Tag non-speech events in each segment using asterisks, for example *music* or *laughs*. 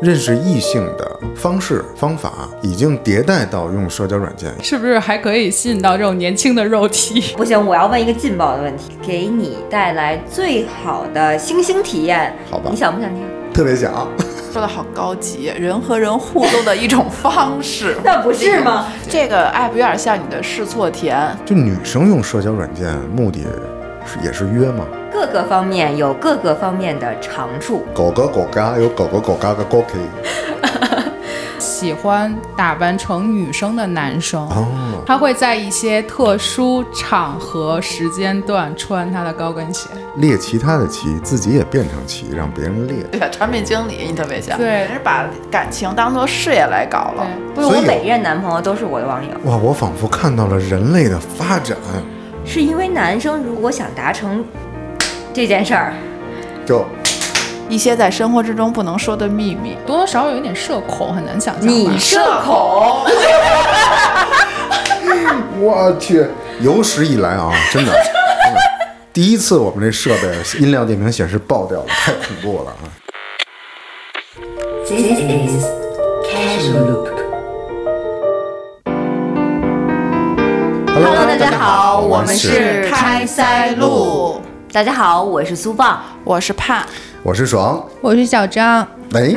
认识异性的方式方法已经迭代到用社交软件。是不是还可以吸引到这种年轻的肉体？不行，我要问一个劲爆的问题，给你带来最好的星星体验，好吧你想不想听？。特别想，说的好高级，人和人互动的一种方式那不是吗？ *laughs* 这个 app 有点像你的试错田，就女生用社交软件目的是也是约吗？各个方面有各个方面的长处。狗哥狗嘎有狗狗狗嘎的 g o k 喜欢打扮成女生的男生。哦，他会在一些特殊场合、时间段穿他的高跟鞋。猎其他的棋，自己也变成棋，让别人猎。对吧？产品经理你特别像，对人是把感情当做事业来搞了。对，不是所以我每任男朋友都是我的网友，哇，我仿佛看到了人类的发展，是因为男生如果想达成这件事儿，就一些在生活之中不能说的秘密，多多少少有一点社恐，很难想象吧。你社恐，我去，有史以来啊，真的，真的第一次我们这设备音量电瓶显示爆掉了，太恐怖了啊！ This is Casual Loop. Hello， Hello，大家好我们是开塞露，大家好，我是苏棒。我是盼，我是 *laughs* 爽，我是小张，哎，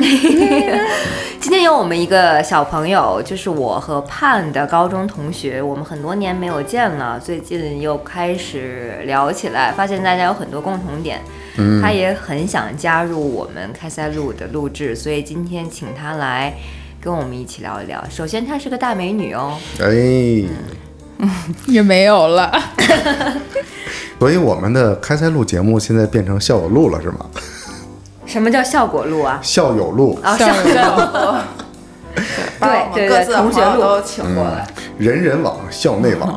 今天有我们一个小朋友，就是我和盼的高中同学，我们很多年没有见了，最近又开始聊起来，发现大家有很多共同点。嗯，他也很想加入我们开塞露的录制，所以今天请他来跟我们一起聊一聊。首先，她是个大美女哦，哎，也没有了。所以我们的开塞露节目现在变成校友录了是吗？什么叫效果录啊？校友录，啊，校效友把对我们对各对自的同朋学友录都请过来。人人网、校内 *laughs* 网，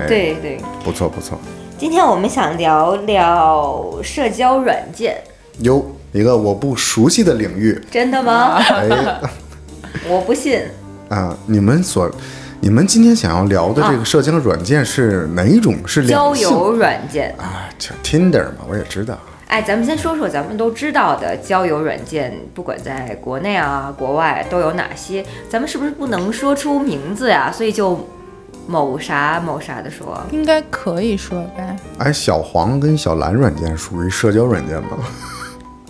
哎，对对。不错不错。今天我们想聊聊社交软件，有一个我不熟悉的领 *laughs* 域，真的吗？哎我不信。啊，你们所，你们今天想要聊的这个社交软件是哪一种？是交两性友软件，啊，这 Tinder 嘛，我也知道。哎，咱们先说说咱们都知道的交友软件，不管在国内啊、国外都有哪些？咱们是不是不能说出名字呀？所以就某啥某啥的说，应该可以说呗。哎，小黄跟小蓝软件属于社交软件 *laughs* 吗？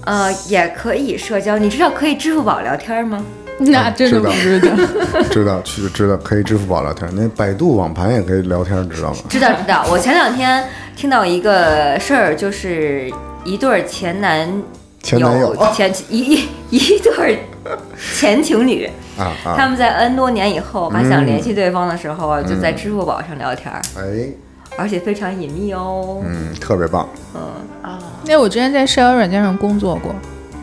呃，也可以社交。你知道可以支付宝聊天吗？那真啊的不知道， *laughs* 知道，去知道可以支付宝聊天，那百度网盘也可以聊天，知道吗？知道知道，我前两天听到一个事儿，就是一对儿前男友前男友前一一一对儿前情侣，啊他啊，们在 N 多年以后还想嗯联系对方的时候啊，就在支付宝上聊天儿，哎，而且非常隐秘哦。呃嗯，特别棒。那我之前在社交软件上工作过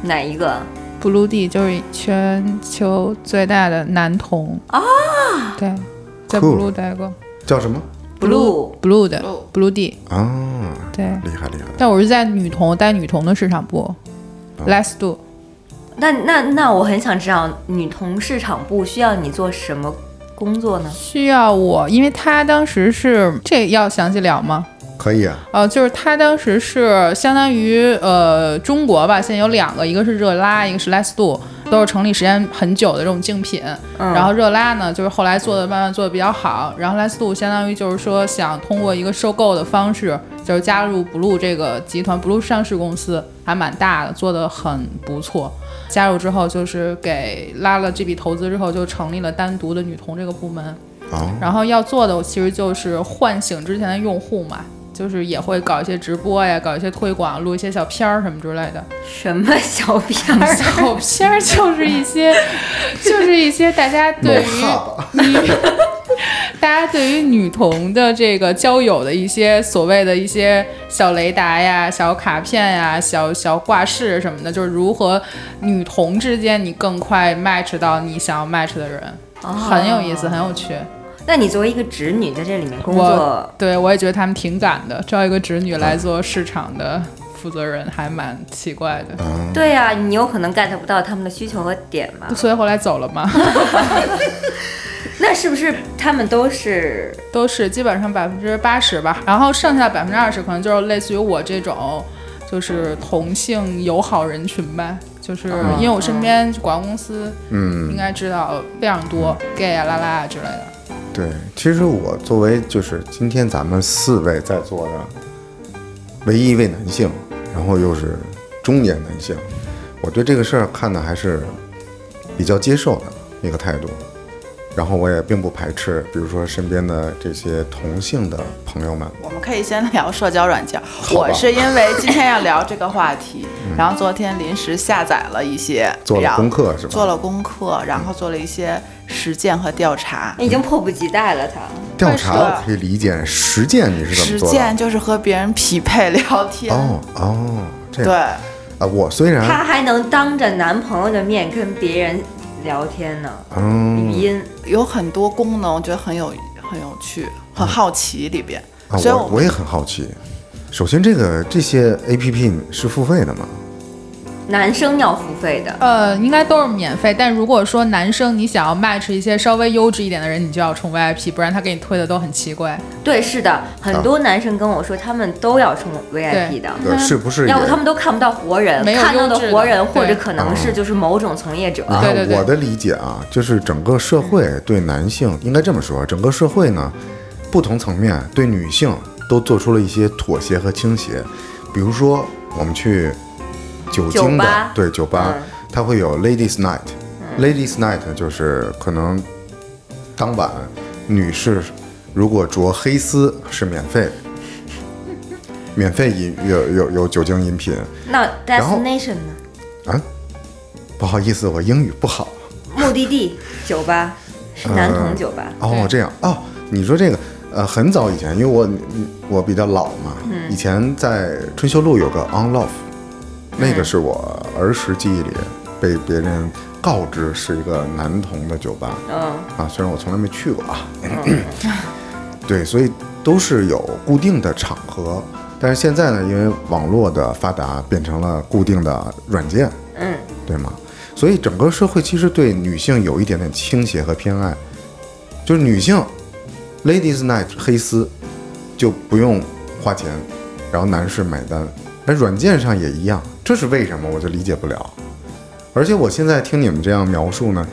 哪一个？ ，Blue D 就是全球最大的男童啊，对，在 Cool Blue 待过叫什么 Blue Blue 的 Blue Blue D，啊？对。厉害厉害，但我是在女童带女童的市场部，Let's Do，那那那我很想知道，女同市场部需要你做什么工作呢？需要我，因为他当时是这要详细聊吗？可以啊。呃，就是他当时是相当于呃中国吧，现在有两个，一个是热拉，一个是 Let's Do，都是成立时间很久的这种竞品。嗯然后热拉呢，就是后来做的慢慢做的比较好，然后 Let's Do 相当于就是说想通过一个收购的方式，就是加入 Blue 这个集团，Blue 上市公司还蛮大的，做的很不错。加入之后，就是给拉了这笔投资之后，就成立了单独的女童这个部门。哦然后要做的其实就是唤醒之前的用户嘛，就是也会搞一些直播呀，搞一些推广，录一些小片儿什么之类的。什么小片儿？小片儿就是一些， *laughs* 就是一些大家对于，no 女， *laughs* 大家对于女童的这个交友的一些所谓的一些小雷达呀、小卡片呀、小小挂饰什么的，就是如何女童之间你更快 match 到你想要 match 的人， *laughs* 啊很有意思，很有趣。哦那你作为一个直女在这里面工我作，对我也觉得他们挺敢的，招一个直女来做市场的负责人，还蛮奇怪的。对呀、你有可能 get 不到他们的需求和点吧？所以后来走了嘛， *laughs* 那是不是他们都是都是基本上百分之八十吧，然后剩下百分之二十可能就是类似于我这种，就是同性友好人群呗，就是因为我身边广告公司，嗯，应该知道非常多 gay 啊、啦啦啊之类的。对，其实我作为就是今天咱们四位在座的唯一一位男性，然后又是中年男性，我对这个事儿看的还是比较接受的一个态度。然后我也并不排斥，比如说身边的这些同性的朋友们，我们可以先聊社交软件儿。吧我是因为今天要聊这个话题，然后昨天临时下载了一些，做了啊然后功课是吧做了功课，然后做了一些实践和调查。已经迫不及待了，他。调查我可以理解，实践你是怎么实做践的？就是和别人匹配聊天，哦哦，这样对，啊，我虽嗯然她还能当着男朋友的面跟别人聊天呢，嗯语音。有很多功能，我觉得很有很有趣，很好奇里边。啊，所以我我也很好奇。首先，这个这些 A P P 是付费的吗？男生要付费的，呃，应该都是免费，但如果说男生你想要 match 一些稍微优质一点的人，你就要充 VIP，不然他给你推的都很奇怪。对，是的，很啊多男生跟我说他们都要充 VIP 的，对，呃是不是也？要不他们都看不到活人，没有看到的优质的活人或者对可能是就是某种从业者。然后对对对我的理解啊，就是整个社会对男性应该这么说，整个社会呢，不同层面对女性都做出了一些妥协和倾斜。比如说，我们去酒精酒的吧对酒吧，嗯它会有 Ladies Night、Ladies Night 就是可能当晚女士如果着黑丝是免费，免费饮有有有酒精饮品。那然后 destination 呢？不好意思，我英语不好。目的地酒吧嗯是男童酒吧，哦对，这样哦，你说这个，呃，很早以前，因为我我比较老嘛，以前在春秀路有个 On Love，那个是我儿时记忆里被别人告知是一个男童的酒吧嗯，啊，虽然我从来没去过啊， *coughs* 对，所以都是有固定的场合，但是现在呢，因为网络的发达，变成了固定的软件，嗯，对吗？所以整个社会其实对女性有一点点倾斜和偏爱，就是女性，ladies night 黑丝就不用花钱，然后男士买单。而软件上也一样，这是为什么我就理解不了。而且我现在听你们这样描述呢，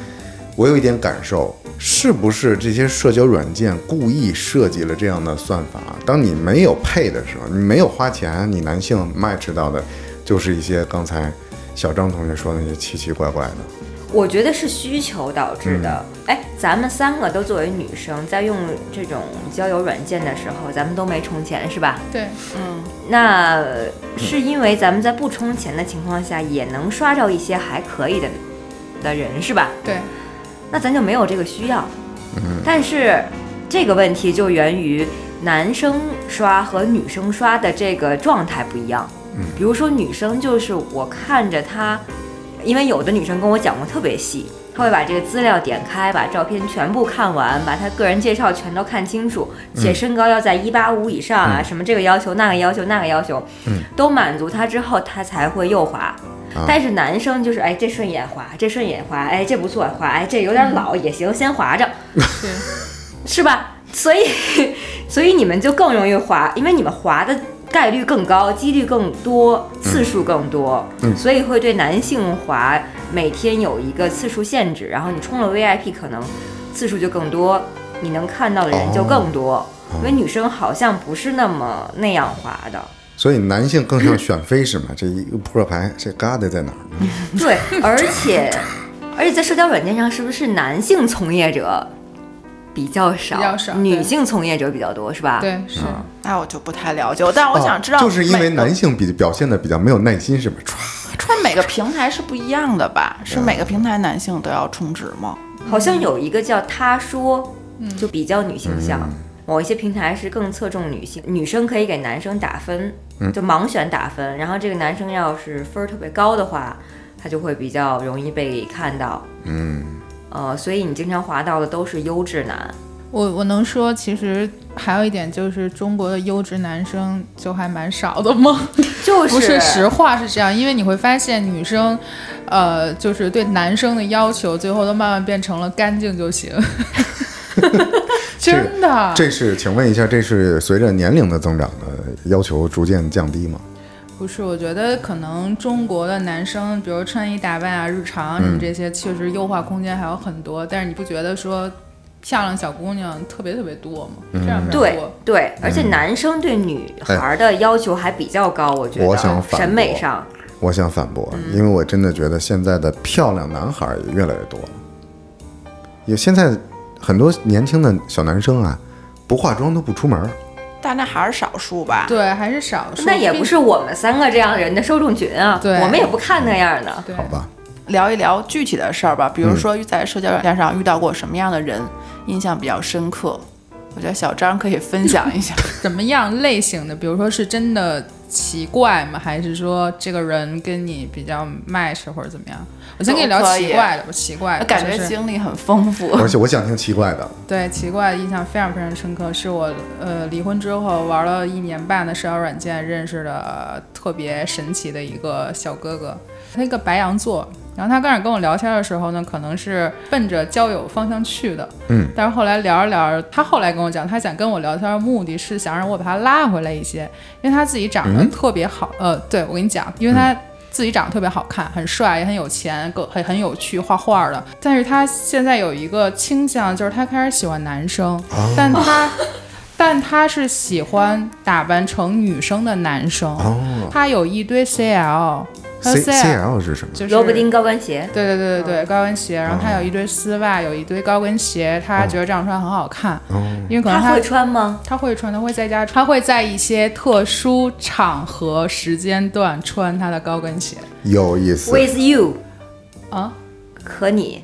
我有一点感受，是不是这些社交软件故意设计了这样的算法？当你没有配的时候，你没有花钱，你男性 match 到的，就是一些刚才小张同学说的那些奇奇怪怪的。我觉得是需求导致的。嗯哎，咱们三个都作为女生，在用这种交友软件的时候，咱们都没充钱是吧？对，那嗯是因为咱们在不充钱的情况下，也能刷到一些还可以的的人是吧？对，那咱就没有这个需要。但是这个问题就源于男生刷和女生刷的这个状态不一样。比如说女生就是我看着她，因为有的女生跟我讲过特别细，她会把这个资料点开，把照片全部看完，把她个人介绍全都看清楚，且身高要在一八五以上啊，什么这个要求那个要求那个要求，都满足她之后，她才会右滑。但是男生就是哎，这顺眼滑，这顺眼滑，哎，这不错滑，哎，这有点老也行，先滑着，对，是吧？所以， *laughs* 所以你们就更容易滑，因为你们滑的概率更高，几率更多，次数更多，所以会对男性滑每天有一个次数限制。然后你充了 VIP，可能次数就更多，你能看到的人就更多。因为女生好像不是那么那样滑的，所以男性更像选妃是吗？这一个扑克牌，这疙瘩在哪儿呢？ *laughs* 对，而且而且在社交软件上，是不是男性从业者比较少，比较少女对性从业者比较多，是吧？对，是。那我就不太了解，但我想知道啊哦每个、就是因为男 *laughs* 性比表现的比较没有耐心是吗？唰但每个平台是不一样的嗯吧？是每个平台男性都要充值吗？好像有一个叫“他说”，嗯就比较女性向。某一些平台是更侧重女性，女生可以给男生打分，就盲选打分。然后这个男生要是分儿特别高的话，他就会比较容易被看到。嗯，呃，所以你经常滑到的都是优质男。我我能说，其实还有一点就是，中国的优质男生就还蛮少的吗？就是不是实话是这样，因为你会发现女生，呃，就是对男生的要求，最后都慢慢变成了干净就行。 *laughs* 真的，这是，请问一下，这是随着年龄的增长的要求逐渐降低吗？不是，我觉得可能中国的男生，比如穿衣打扮啊、日常啊什么这些，确实优化空间还有很多。但是你不觉得说漂亮小姑娘特别特别多吗？这样比较对多。对，而嗯且男生对女孩的要求还比较高，我觉得我想反驳审美上，我想反驳，因为我真的觉得现在的漂亮男孩儿也越来越多了，也现在很多年轻的小男生啊，不化妆都不出门儿。但那还是少数吧。对，还是少数。那也不是我们三个这样的人的受众群啊，对我们也不看那样的。对好吧，聊一聊具体的事儿吧，比如嗯说在社交软件上遇到过什么样的人，印象比较深刻。我觉得小张可以分享 *laughs* 一下。怎么样类型的？比如说是真的奇怪吗？还是说这个人跟你比较 match 或者怎么样？我先跟你聊都哦可以奇啊怪的吧，奇怪的，感就觉是经历很丰富。而且我想听奇怪的，对奇怪的印象非常非常深刻，是我呃离婚之后玩了一年半的社交软件认识的特别神奇的一个小哥哥，他一个白羊座。然后他刚开始跟我聊天的时候呢，可能是奔着交友方向去的，嗯，但是后来聊着聊着，他后来跟我讲，他想跟我聊天的目的是想让我把他拉回来一些，因为他自己长得特别好，呃，对我跟你讲，因为他自己长得特别好看，很帅，也很有钱，个很很有趣，画画的。但是他现在有一个倾向，就是他开始喜欢男生，但他。但他是喜欢打扮成女生的男生，他有一堆 CL，他哦 C C 啊 L 是什么？就是萝卜丁高跟鞋，对对对对嗯对，高跟鞋，然后他有一堆丝袜，有一堆高跟鞋，他觉得这样穿很好看，因为可能他会穿吗？他会穿，他会在家穿，他会在一些特殊场合、时间段穿他的高跟鞋有意思。 With you 啊？和你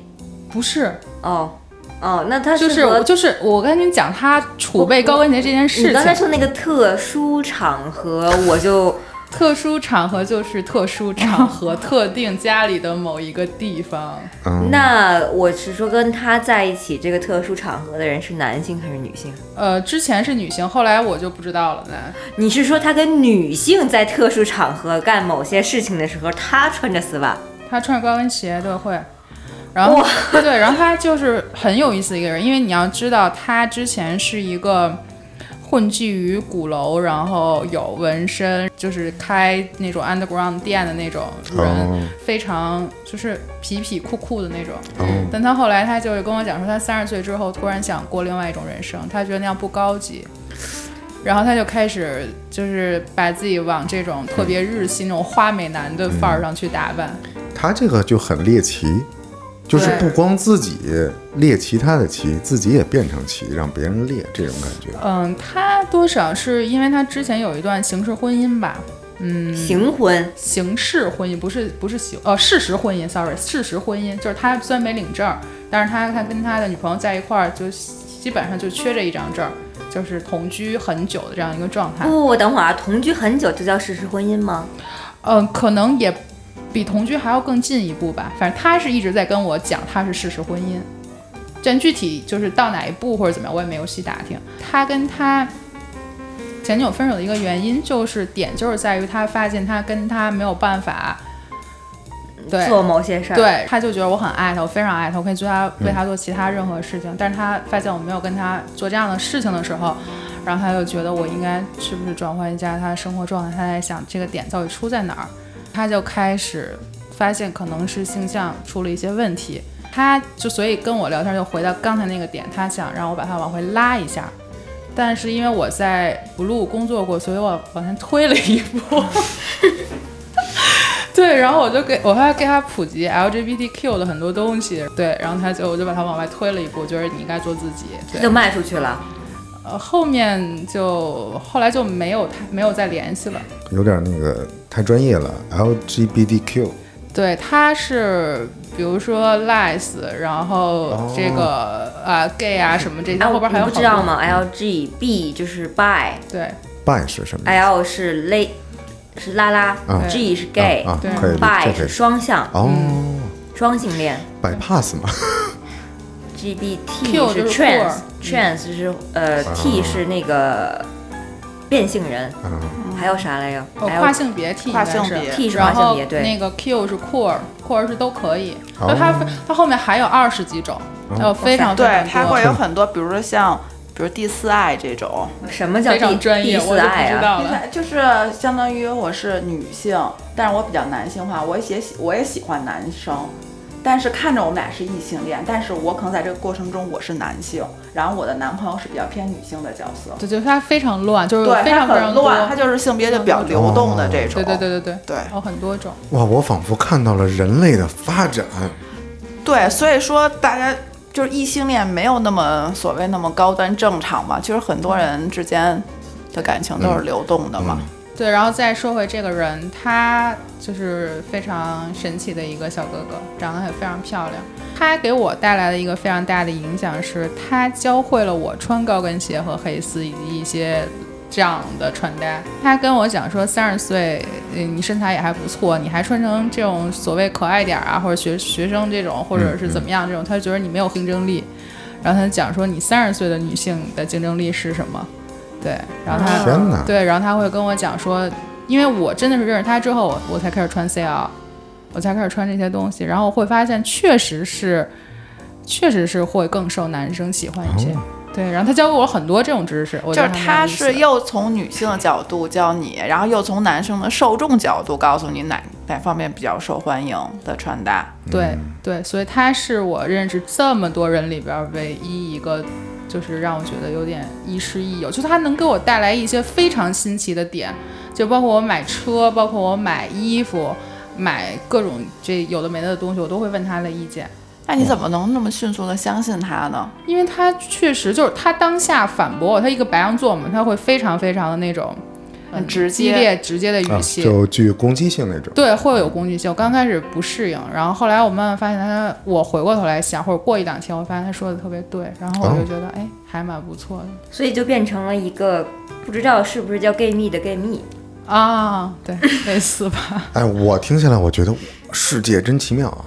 不是，哦哦，那他就是和我就是我跟你讲，他储备高跟鞋这件事你刚才情，说那个特殊 *laughs* 场合，我就特殊场合就是特殊场 *laughs* 合，特定家里的某一个地方，嗯那我是说跟他在一起这个特殊场合的人是男性还是女性？呃，之前是女性，后来我就不知道了呢。你是说他跟女性在特殊场合干某些事情的时候，他穿着丝袜？他穿着高跟鞋对会。然后对，然后他就是很有意思的一个人，因为你要知道，他之前是一个混迹于鼓楼，然后有纹身，就是开那种 underground 店的那种人，哦非常就是痞痞酷酷的那种。哦但他后来他就是跟我讲说，他三十岁之后突然想过另外一种人生，他觉得那样不高级。然后他就开始就是把自己往这种特别日系那种花美男的范儿上去打扮，他这个就很猎奇，就是对不光自己猎奇他的奇，自己也变成奇，让别人猎，这种感觉。嗯，他多少是因为他之前有一段形式婚姻吧，行婚，形式婚姻不是不是形呃事实婚姻，sorry，事实婚姻就是他虽然没领证儿，但是他他跟他的女朋友在一块儿就基本上就缺这一张证儿，就是同居很久的这样一个状态不。不不，等会儿啊，同居很久就叫事实婚姻吗？嗯，可能也比同居还要更进一步吧。反正他是一直在跟我讲他是事实婚姻，但具体就是到哪一步或者怎么样，我也没有细打听。他跟他前女友分手的一个原因，就是点就是在于他发现他跟他没有办法。对做某些事儿，，对，他就觉得我很爱他，我非常爱他，我可以做他为他做其他任何事情。但是他发现我没有跟他做这样的事情的时候，然后他就觉得我应该是不是转换一下他的生活状态？他在想这个点到底出在哪儿，他就开始发现可能是性向出了一些问题。他就所以跟我聊天就回到刚才那个点，他想让我把他往回拉一下，但是因为我在 Blue 工作过，所以我往前推了一步。 *laughs* 对，然后我就给我还给他普及 LGBTQ 的很多东西，对，然后他就我就把他往外推了一步，我觉得你应该做自己。对，就卖出去了。呃，后面就后来就没有太没有再联系了。有点那个太专业了，LGBTQ 对，他是比如说 les，然 E，后这个、啊 gay 啊什么这些，哎，后边还有好你哦不知道多？，吗？L G B 就是 bi，L 对 bi 是哎什么意思？是 l 是拉拉、啊 g 是 gay，啊，对啊可以理 bi 这是可以。双向、哦双性恋，bypass 嘛， Q ，GBT 就是是 trans，trans 是呃啊 T 是那个变性人，啊还有啥来着哦？L 跨性别 T 跨应该性是别 T 是跨然后性别，那对，个 Q 是 core，core 是都可以，哦就它它后面还有二十几种，还有非常非对常，它多会有很多，比如说像比如第四爱这种，什么叫非常第专业，第我就不四爱知啊？道了。就是相当于我是女性，但是我比较男性化，我也喜我也喜欢男生，但是看着我们俩是异性恋，但是我可能在这个过程中我是男性，然后我的男朋友是比较偏女性的角色，对，就是它非常乱，就是对，嗯非他常非常很多。乱，他就是性别就比较流动的这对种，对对对对对有很多种。哇，我仿佛看到了人类的发展。对，所以说大家就是异性恋没有那么所谓那么高端正常嘛，其实很嗯多人之间的感情都是流动的嘛。对，然后再说回这个人，他就是非常神奇的一个小哥哥，长得很非常漂亮。他给我带来的一个非常大的影响是，他教会了我穿高跟鞋和黑丝以及一些这样的穿搭。他跟我讲说，三十岁，呃，你身材也还不错，你还穿成这种所谓可爱点儿啊，或者学学生这种，或者是怎么样这种，他觉得你没有竞争力。然后他讲说，你三十岁的女性的竞争力是什么？对，然后他天哪！啊对，然后他会跟我讲说，因为我真的是认识他之后，我我才开始穿 CL，我才开始穿这些东西，然后我会发现确实是，确实是会更受男生喜欢一些。对，然后他教给我很多这种知识，我就觉是得还蛮有他意思的是又从女性的角度教你，然后又从男生的受众角度告诉你哪哪方面比较受欢迎的穿搭。嗯对对，所以他是我认识这么多人里边儿唯一一个，就是让我觉得有点亦师亦友，就他能给我带来一些非常新奇的点，就包括我买车，包括我买衣服，买各种这有的没的东西，我都会问他的意见。那你怎么能那么迅速的相信他呢？因为他确实就是他当下反驳我，他一个白羊座嘛，他会非常非常的那种嗯很直激接，烈、直接的啊语，气，就具攻击性那种。对，会有攻击性。我刚开始不适应，然后后来我慢慢发现他，我回过头来想，或者过一两天，我发现他说的特别对，然后我就觉得，哎，还蛮不错的所以就变成了一个不知道是不是叫 gay 蜜的 gay 蜜。啊，对，类似吧。哎，我听下来，我觉得世界真奇妙啊！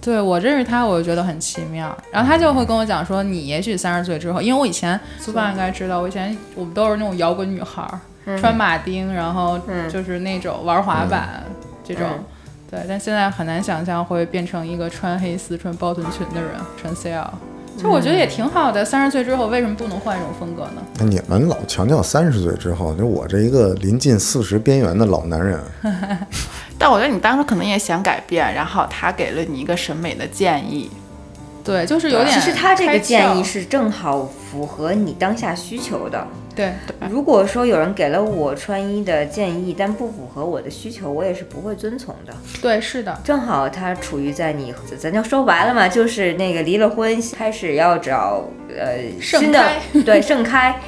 对我认识他，我就觉得很奇妙。然后他就会跟我讲说，你也许三十岁之后，因为我以前苏爸应该知道，我以前我们都是那种摇滚女孩儿，穿马丁，然后就是那种玩滑板、这种。嗯对，但现在很难想象会变成一个穿黑丝、穿包臀裙的人，穿 CL。其实我觉得也挺好的，三十岁之后为什么不能换一种风格呢？哎你们老强调三十岁之后，就我这一个临近四十边缘的老男人，但我觉得你当时可能也想改变，然后他给了你一个审美的建议。对，就是有点其实他这个建开议窍是正好符合你当下需求的。对如果说有人给了我穿衣的建议，但不符合我的需求，我也是不会遵从的。对是的，正好他处于在你，咱就说白了嘛，就是那个离了婚，开始要找呃盛新的开对盛开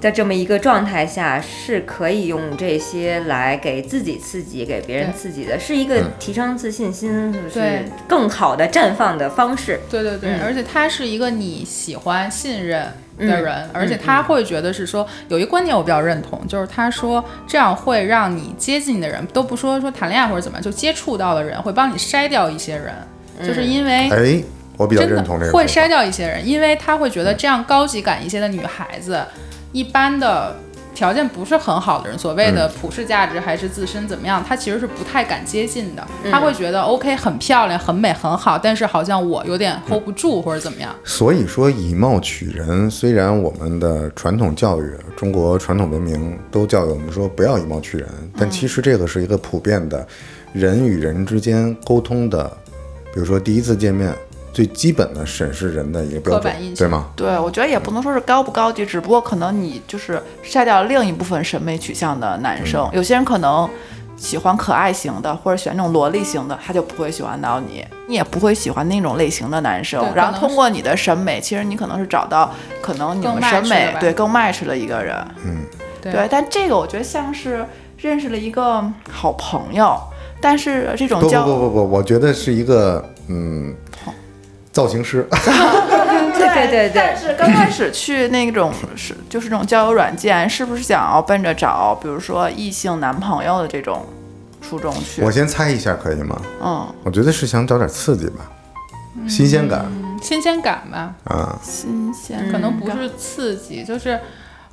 的这么一个状态下，是可以用这些来给自己刺激，给别人对刺激的，是一个嗯提升自信心，就是对更好的绽放的方式。对对对，嗯而且他是一个你喜欢、信任的嗯人，而且他会觉得是说有一个观点我比较认同，就是他说这样会让你接近的人都不说说谈恋爱或者怎么样，就接触到的人会帮你筛掉一些人，嗯就是因为哎，我比较真认的同这个说会法。嗯筛掉一些人，因为他会觉得这样高级感一些的女孩子，一般的条件不是很好的人，所谓嗯的普世价值还是自身怎么样，他其实是不太敢接近的。嗯他会觉得 OK 很漂亮、很美、很好，但是好像我有嗯点 hold 不住或者怎么样。所以说以貌取人，虽然我们的传统教育、中国传统文明都教育我们说不要以貌取人，嗯但其实这个是一个普遍的，人与人之间沟通的，比如说第一次见面最基本的审视人的一个标刻准板印，象对吗？对，我觉得也嗯不能说是高不高级，只不过可能你就是筛掉了另一部分审美取向的男生。嗯有些人可能喜欢可爱型的，或者喜欢那种萝莉型的，他就不会喜欢到你，你也不会喜欢那种类型的男生对。可然后能通是过你的审美，其实你可能是找到可能你更们 match 审的美吧对更 match 的一个人。对对，但这个我觉得像是认识了一个好朋友，但是这种不不交不不不，我觉得是一个嗯，造型师，对对对对但，是刚开始去那种是 *laughs* 就是这种交友软件，是不是想要奔着找比如说异性男朋友的这种初衷 *laughs* 去我？先猜一下可以吗？嗯，我觉得是想找点刺激吧，嗯新鲜感新鲜感吧，啊，新鲜可可能能不不是是刺激，就是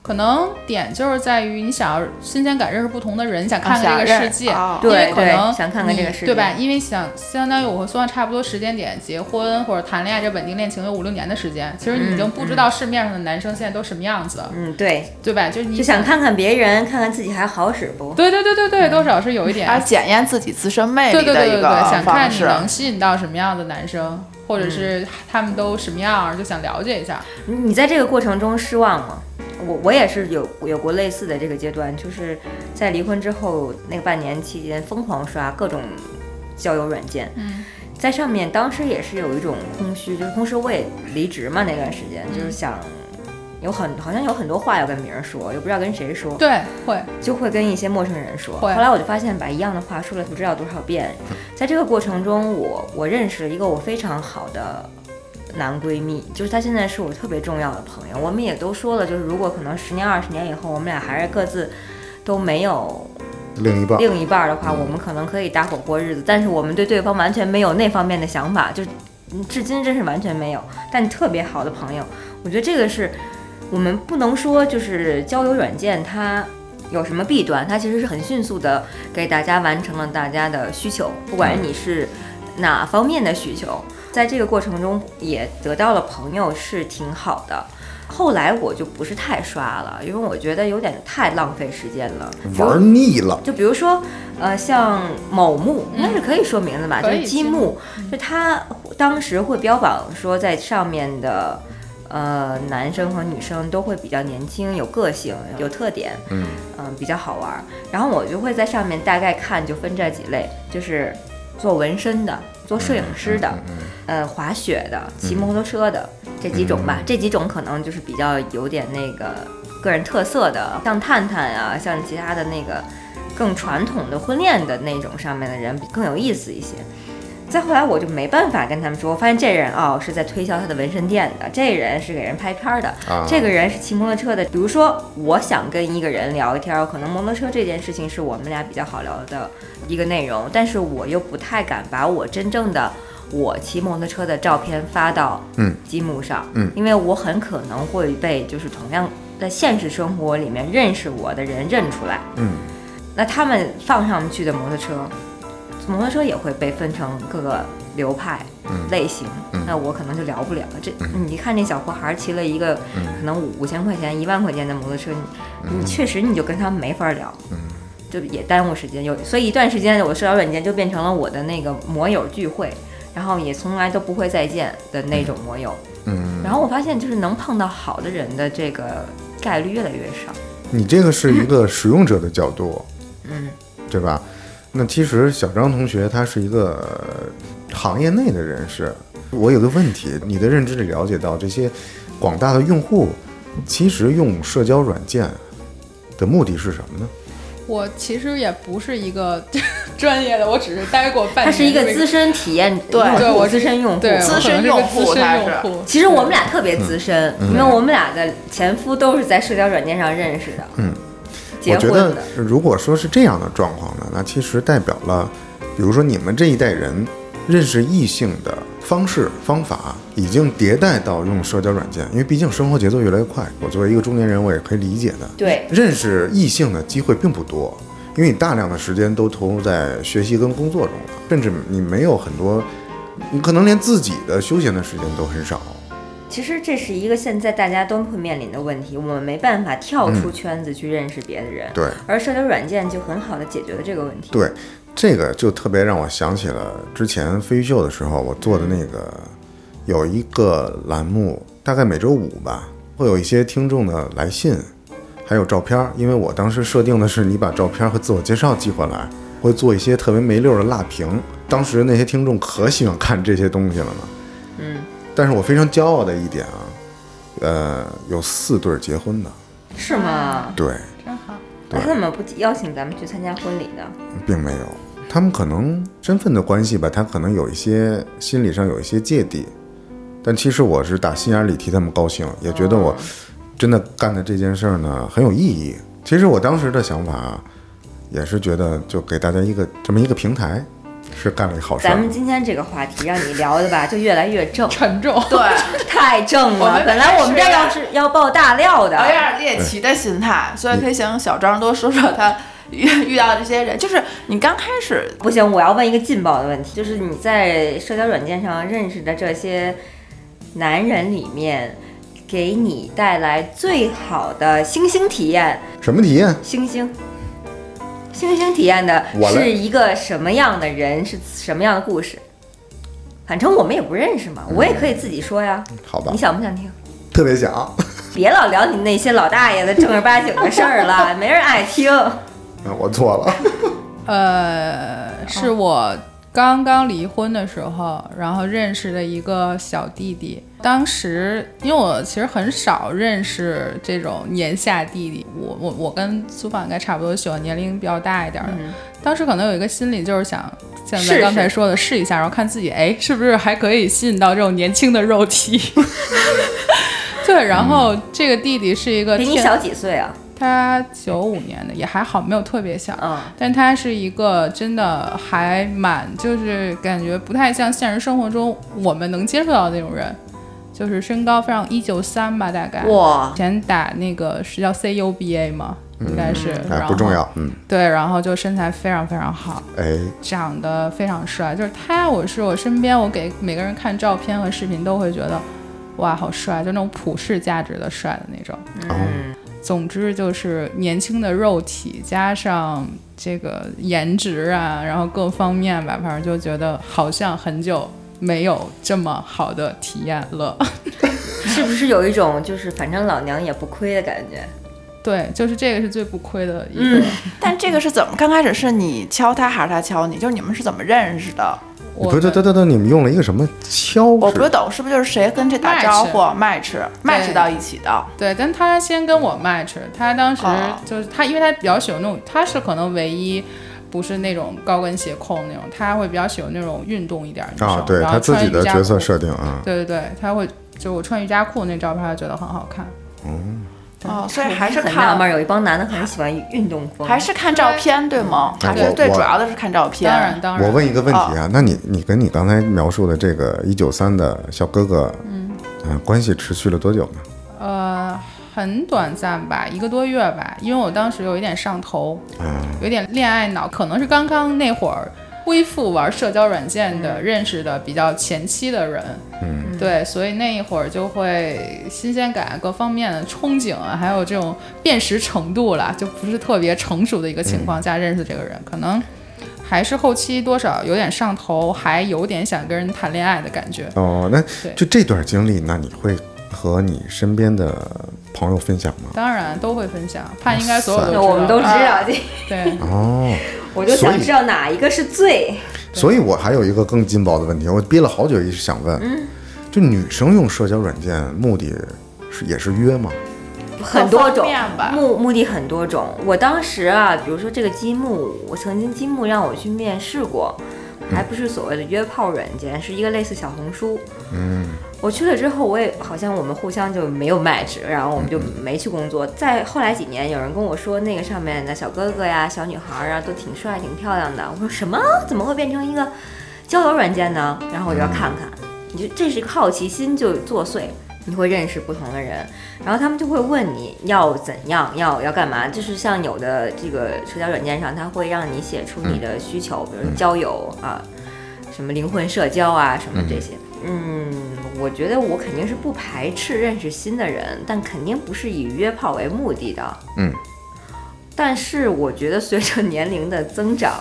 可能点就是在于你想要新鲜感，认识不同的人，想看看啊想这个认世界，哦因为对可对能想看看这个你世对吧界？因为想相当于我和苏珊差不多时间点结婚或者谈恋爱，这稳定恋情有五六年的时间，其实你已经不知道市面上的男生现在都什么样子，了，嗯，对，对吧？就是你就想看嗯看别人，看看自己还好使不？对对对对对，多少是有一点而检验自己自身魅对力对对的对对，一个方式。啊想看你能吸引到什么样的男生，或嗯者是他们都什么样儿，就想了解一下。你你在这个过程中失望吗？我我也是有有过类似的这个阶段，就是在离婚之后那个半年期间，疯狂刷各种交友软件，嗯，在上面当时也是有一种空虚，就是同时我也离职嘛，那段时间就是想有很好像有很多话要跟别人说，又不知道跟谁说，对，会，就会跟一些陌生人说。后会来我就发现，把一样的话说了不知道多少遍。在这个过程中，我我认识了一个我非常好的男闺蜜，就是他现在是我特别重要的朋友。我们也都说了，就是如果可能十年二十年以后，我们俩还是各自都没有另一半另一半儿的话，我们可能可以搭伙过日子，但是我们对对方完全没有那方面的想法，就是嗯至今真是完全没有。但特别好的朋友，我觉得这个是我们不能说就是交友软件它有什么弊端，它其实是很迅速的给大家完成了大家的需求，不管嗯是你是哪方面的需求，在这个过程中也得到了朋友是挺好的。后来我就不是太刷了，因为我觉得有点太浪费时间了。玩腻了，就比如说，呃，像某木，应该是可以说名字吧，嗯可就以是积木，就他当时会标榜说，在上面的呃男生和女生都会比较年轻，有个性，有特点，嗯嗯、比较好玩儿。然后我就会在上面大概看，就分这几类，就是做纹身的，做摄影师的，嗯呃，滑雪的，骑摩托车的、这几种吧，这几种可能就是比较有点那个个人特色的，像探探啊，像其他的那个更传统的婚恋的那种上面的人更有意思一些。再后来我就没办法跟他们说，我发现这人哦是在推销他的纹身店的，这人是给人拍片儿的，啊这个人是骑摩托车的。比如说，我想跟一个人聊一天儿，可能摩托车这件事情是我们俩比较好聊的一个内容，但是我又不太敢把我真正的我骑摩托车的照片发到嗯积木上，嗯因为我很可能会被就是同样在现实生活里面认识我的人认出来，嗯，那他们放上去的摩托车，摩托车也会被分成各个流派。嗯类型，那我可能就聊不了了。这嗯你看这小破孩骑了一个可能五五千块钱、一万块钱的摩托车，你你确实你就跟他没法聊，就也耽误时间。有所以一段时间，我社交软件就变成了我的那个摩友聚会，然后也从来都不会再见的那种摩友。嗯，然后我发现，就是能碰到好的人的这个概率越来越少。你这个是一 *laughs* 个使用者的角度，嗯，对吧？那其实小张同学他是一个呃行业内的人士，我有个问题，你的认知里了解到这些广大的用户，其实用社交软件的目的是什么呢？我其实也不是一个 *laughs* 专业的，我只是待过半年。他是一个资，深体验对用户对我资深用户，对，资我可深能是个用户资他深是用户。其实我们俩特别资深，嗯因为我们俩的前夫都是在社交软件上认识的，嗯，结我觉婚得的，，如果说是这样的状况呢，那其实代表了，比如说你们这一代人认识异性的方式方法已经迭代到用社交软件，因为毕竟生活节奏越来越快。我作为一个中年人，我也可以理解的。对，认识异性的机会并不多，因为你大量的时间都投入在学习跟工作中了，甚至你没有很多，你可能连自己的休闲的时间都很少。其实这是一个现在大家都会面临的问题，我们没办法跳嗯出圈子去认识别的人，对，而社交软件就很好的解决了这个问题。对，这个就特别让我想起了之前飞鱼秀的时候，我做的那个有一个栏目，大概每周五吧，会有一些听众的来信，还有照片儿，因为我当时设定的是你把照片儿和自我介绍寄回来，会做一些特别没溜儿的辣评。当时那些听众可喜欢看这些东西了呢。嗯，但是我非常骄傲的一点啊，呃，有四对儿结婚的，是吗？对，真好，，那他怎么不邀请咱们去参加婚礼呢？并没有，他们可能身份的关系吧，他可能有一些心理上有一些芥蒂，但其实我是打心眼里替他们高兴，也觉得我真的干的这件事儿呢很有意义。其实我当时的想法啊也是觉得，就给大家一个这么一个平台，是干了一好事儿咱。们今天这个话题让你聊的吧，就越来越正沉重。 *laughs* 对，太正我了们。本来我们这要哎是要爆大料的有，点猎奇的心态，所以可以请小张多说说他遇 *laughs* 遇到这些人，就是你刚开始不行，我要问一个劲爆的问题，就是你在社交软件上认识的这些男人里面，给你带来最好的星星体验，什么体验？星星。星星体验的我来是一个什么样的人，是什么样的故事？反正我们也不认识嘛，我也可以自己说呀。好吧你，想不想听？特别想。啊别老聊你那些老大爷的正儿八经的事儿了，没人爱听。嗯我错了，呃，是我刚刚离婚的时候，然后认识的一个小弟弟。当时因为我其实很少认识这种年下弟弟，我我我跟苏芳应该差不多，喜欢年龄比较大一点的。当时可能有一个心理就是想。像嗯试咱试刚才说的，试一下，然后看自己，哎，是不是还可以吸引到这种年轻的肉体？ *laughs* 对，然后这个弟弟是一个比嗯你天小几岁啊？他九五年的，也还好，没有特别小。嗯但他是一个真的还蛮，就是感觉不太像现实生活中我们能接触到的那种人，就是身高非常一九三吧，大概。哇以，前打那个是叫 CUBA 吗？应该是。哎，然后不重。要。嗯，对，然后就身材非常非常好，哎，长得非常帅。就是他，我是我身边，我给每个人看照片和视频都会觉得，哇，好帅，就那种普世价值的帅的那种。嗯，总之就是年轻的肉体加上这个颜值啊，然后各方面吧，反正就觉得好像很久没有这么好的体验了。 *laughs* 是不是有一种就是反正老娘也不亏的感觉？对，就是这个是最不亏的一个。嗯但这个是怎么？刚开始是你敲他还是他敲你？就是你们是怎么认识的？我不对，对对对，你们用了一个什么敲？我不懂，是不是就是谁跟谁哦打招呼 match match 到一起的？对，但他先跟我 match，他当时哦就是他，因为他比较喜欢那种，他是可能唯一不是那种高跟鞋控那种，他会比较喜欢那种运动一点儿的女生，啊，对然后他自穿己的瑜伽角色裤设定啊，对对对，他会就我穿瑜伽裤那照片，他觉得很好看。哦，所以还是很纳看闷，有一帮男的很喜欢运动风，还是看照片对吗？哎还是我最我主要的是看照片。当然，当然，我问一个问题啊，那你你跟你刚才描述的这个一九三的小哥哥，嗯，关系持续了多久呢？呃，很短暂吧，一个多月吧，因为我当时有一点上头，有点恋爱脑，可能是刚刚那会儿恢复玩社交软件的、认识的比较前期的人，嗯，对，所以那一会儿就会新鲜感啊各方面的憧憬啊，还有这种辨识程度啦，就不是特别成熟的一个情况下认识这个人，可能。还是后期多少有点上头，还有点想跟人谈恋爱的感觉。哦，那对就这段经历，那你会和你身边的朋友分享吗？当然都会分享，怕应该所有哇都塞知那道。嗯我们都知道，啊对，这哦，我就所想以知道哪一个是最所以我还有一个更劲爆的问题，我憋了好久一直想问，就女生用社交软件目的是也是约吗？很多各种方面吧目目的很多种。我当时啊，比如说这个积木，我曾经积木让我去面试过，还不是所谓的约炮软件，是一个类似小红书。嗯，我去了之后，我也好像我们互相就没有 match，然后我们就没去工作。再后来几年，有人跟我说那个上面的小哥哥呀、小女孩啊都挺帅、挺漂亮的。我说什么？怎么会变成一个交友软件呢？然后我就要看看，你就这是一个好奇心就作祟。你会认识不同的人，然后他们就会问你要怎样，要要干嘛，就是像有的这个社交软件上，它会让你写出你的需求，比如说交友啊，什么灵魂社交啊，什么这些。嗯，我觉得我肯定是不排斥认识新的人，但肯定不是以约炮为目的的。嗯，但是我觉得随着年龄的增长，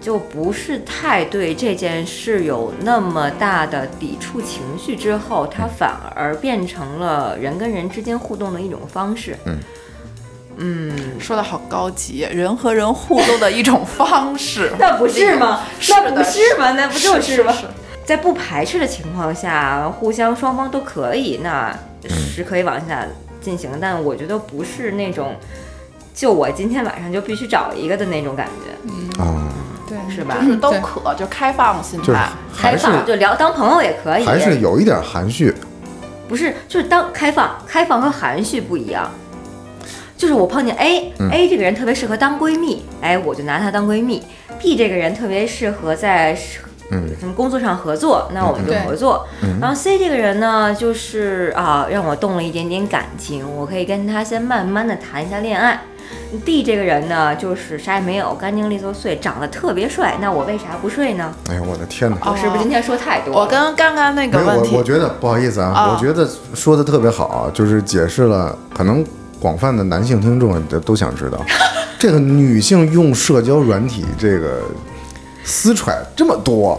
就不是太对这件事有那么大的抵触情绪之后，它反而变成了人跟人之间互动的一种方式。。说的好高级，人和人互动的一种方式 *laughs* 那不是吗？是那的不是吗？那不就是吗？是在不排斥的情况下，互相双方都可以，那是可以往下进行。但我觉得不是那种，就我今天晚上就必须找一个的那种感觉，啊、对，是吧就？是都对可，就开放心就是态。开还是放就聊当朋友也可以，还是有一点含蓄。不是，就是当开放，开放和含蓄不一样。就是我碰见 A，A、这个人特别适合当闺蜜，哎，我就拿她当闺蜜。B 这个人特别适合在嗯什么工作上合作，那我们就对合作。然后 C 这个人呢，就是啊，让我动了一点点感情，我可以跟他先慢慢的谈一下恋爱。D 这个人呢，就是啥也没有，干净利索碎，长得特别帅，那我为啥不睡呢？哎呀，我的天哪！我是不是今天说太多了？我跟刚刚那没个有问我，我题，觉得不好意思啊，啊我觉得说的特别好，啊就是解释了可能广泛的男性听众也都想知 *laughs* 道，这个女性用社交软体这个私揣这么多，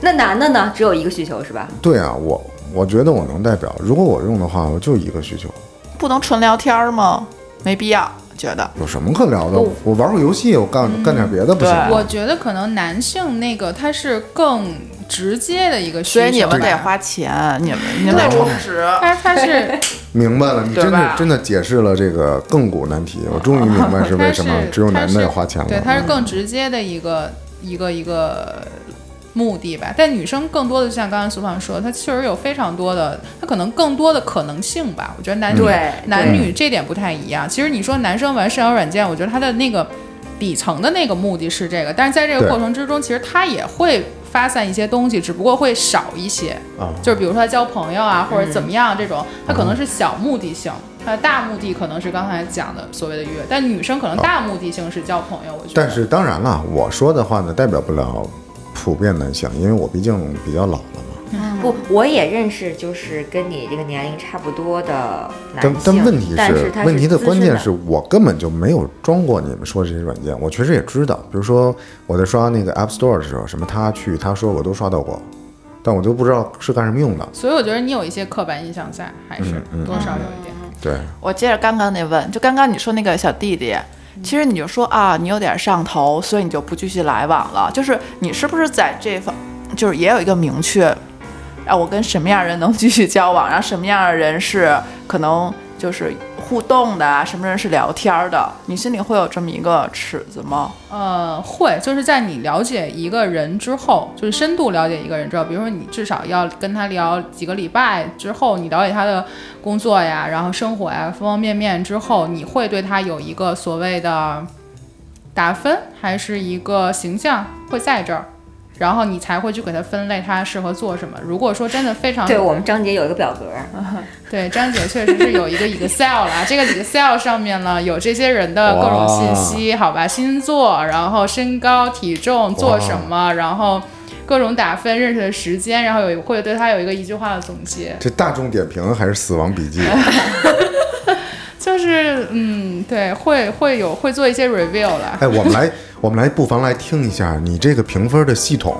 那男的呢，只有一个需求是吧？对啊，我我觉得我能代表，如果我用的话，我就一个需求，不能纯聊天吗？没必要，觉得。有什么可聊的？我玩会儿游戏，我干干点别的不行哦嗯吗？对我觉得可能男性那个他是更直接的一个需求所吧，以你们得花钱，你们你们对得充值。他他是明白了，你对真的吧真的解释了这个亘古难题，我终于明白是他为什么是只有男的他是要花钱了。对，它是嗯更直接的一个一个一个目的吧。但女生更多的，就像刚刚苏胖说，她确实有非常多的，她可能更多的可能性吧。我觉得男女对嗯男女这点不太一样。其实你说男生玩社交软件，我觉得他的那个底层的那个目的是这个，但是在这个对过程之中，其实他也会。发散一些东西，只不过会少一些，啊就是比如说他交朋友嗯啊，或者怎么样这种，他可能是小目的性，他的大目的可能是刚才讲的所谓的约，但女生可能大目的性是交朋友，我觉得。但是当然了，我说的话呢，代表不了普遍男性，因为我毕竟比较老了嘛。不，我也认识，就是跟你这个年龄差不多的但男性。但问题但是他是问题的资关深键的是我根本就没有装过你们说的这些软件，我确实也知道，比如说我在刷那个 App Store 的时候，什么他去他说我都刷到过，但我都不知道是干什么用的。所以我觉得你有一些刻板印象在，还是嗯多少有一点。对，我接着刚刚那问，就刚刚你说那个小弟弟，嗯其实你就说啊，你有点上头，所以你就不继续来往了。就是你是不是在这方，就是也有一个明确，啊，我跟什么样的人能继续交往，然后什么样的人是可能就是互动的啊，什么人是聊天儿的，你心里会有这么一个尺子吗？呃，会，就是在你了解一个人之后，就是深度了解一个人之后，比如说你至少要跟他聊几个礼拜之后，你了解他的工作呀，然后生活呀，方方面面之后，你会对他有一个所谓的打分，还是一个形象会在这儿，然后你才会去给他分类他适合做什么。如果说真的非常对我们张杰有一个表格，对，张姐确实是有一个 Excel 啦，这个 Excel 上面呢有这些人的各种信息，好吧，星座，然后身高、体重，做什么，然后各种打分，认识的时间，然后有会对他有一个一句话的总结，这大众点评还是死亡笔记，就是嗯，对，会会有会做一些 review 啦。哎，我们来，我们来，不妨来听一下你这个评分的系统。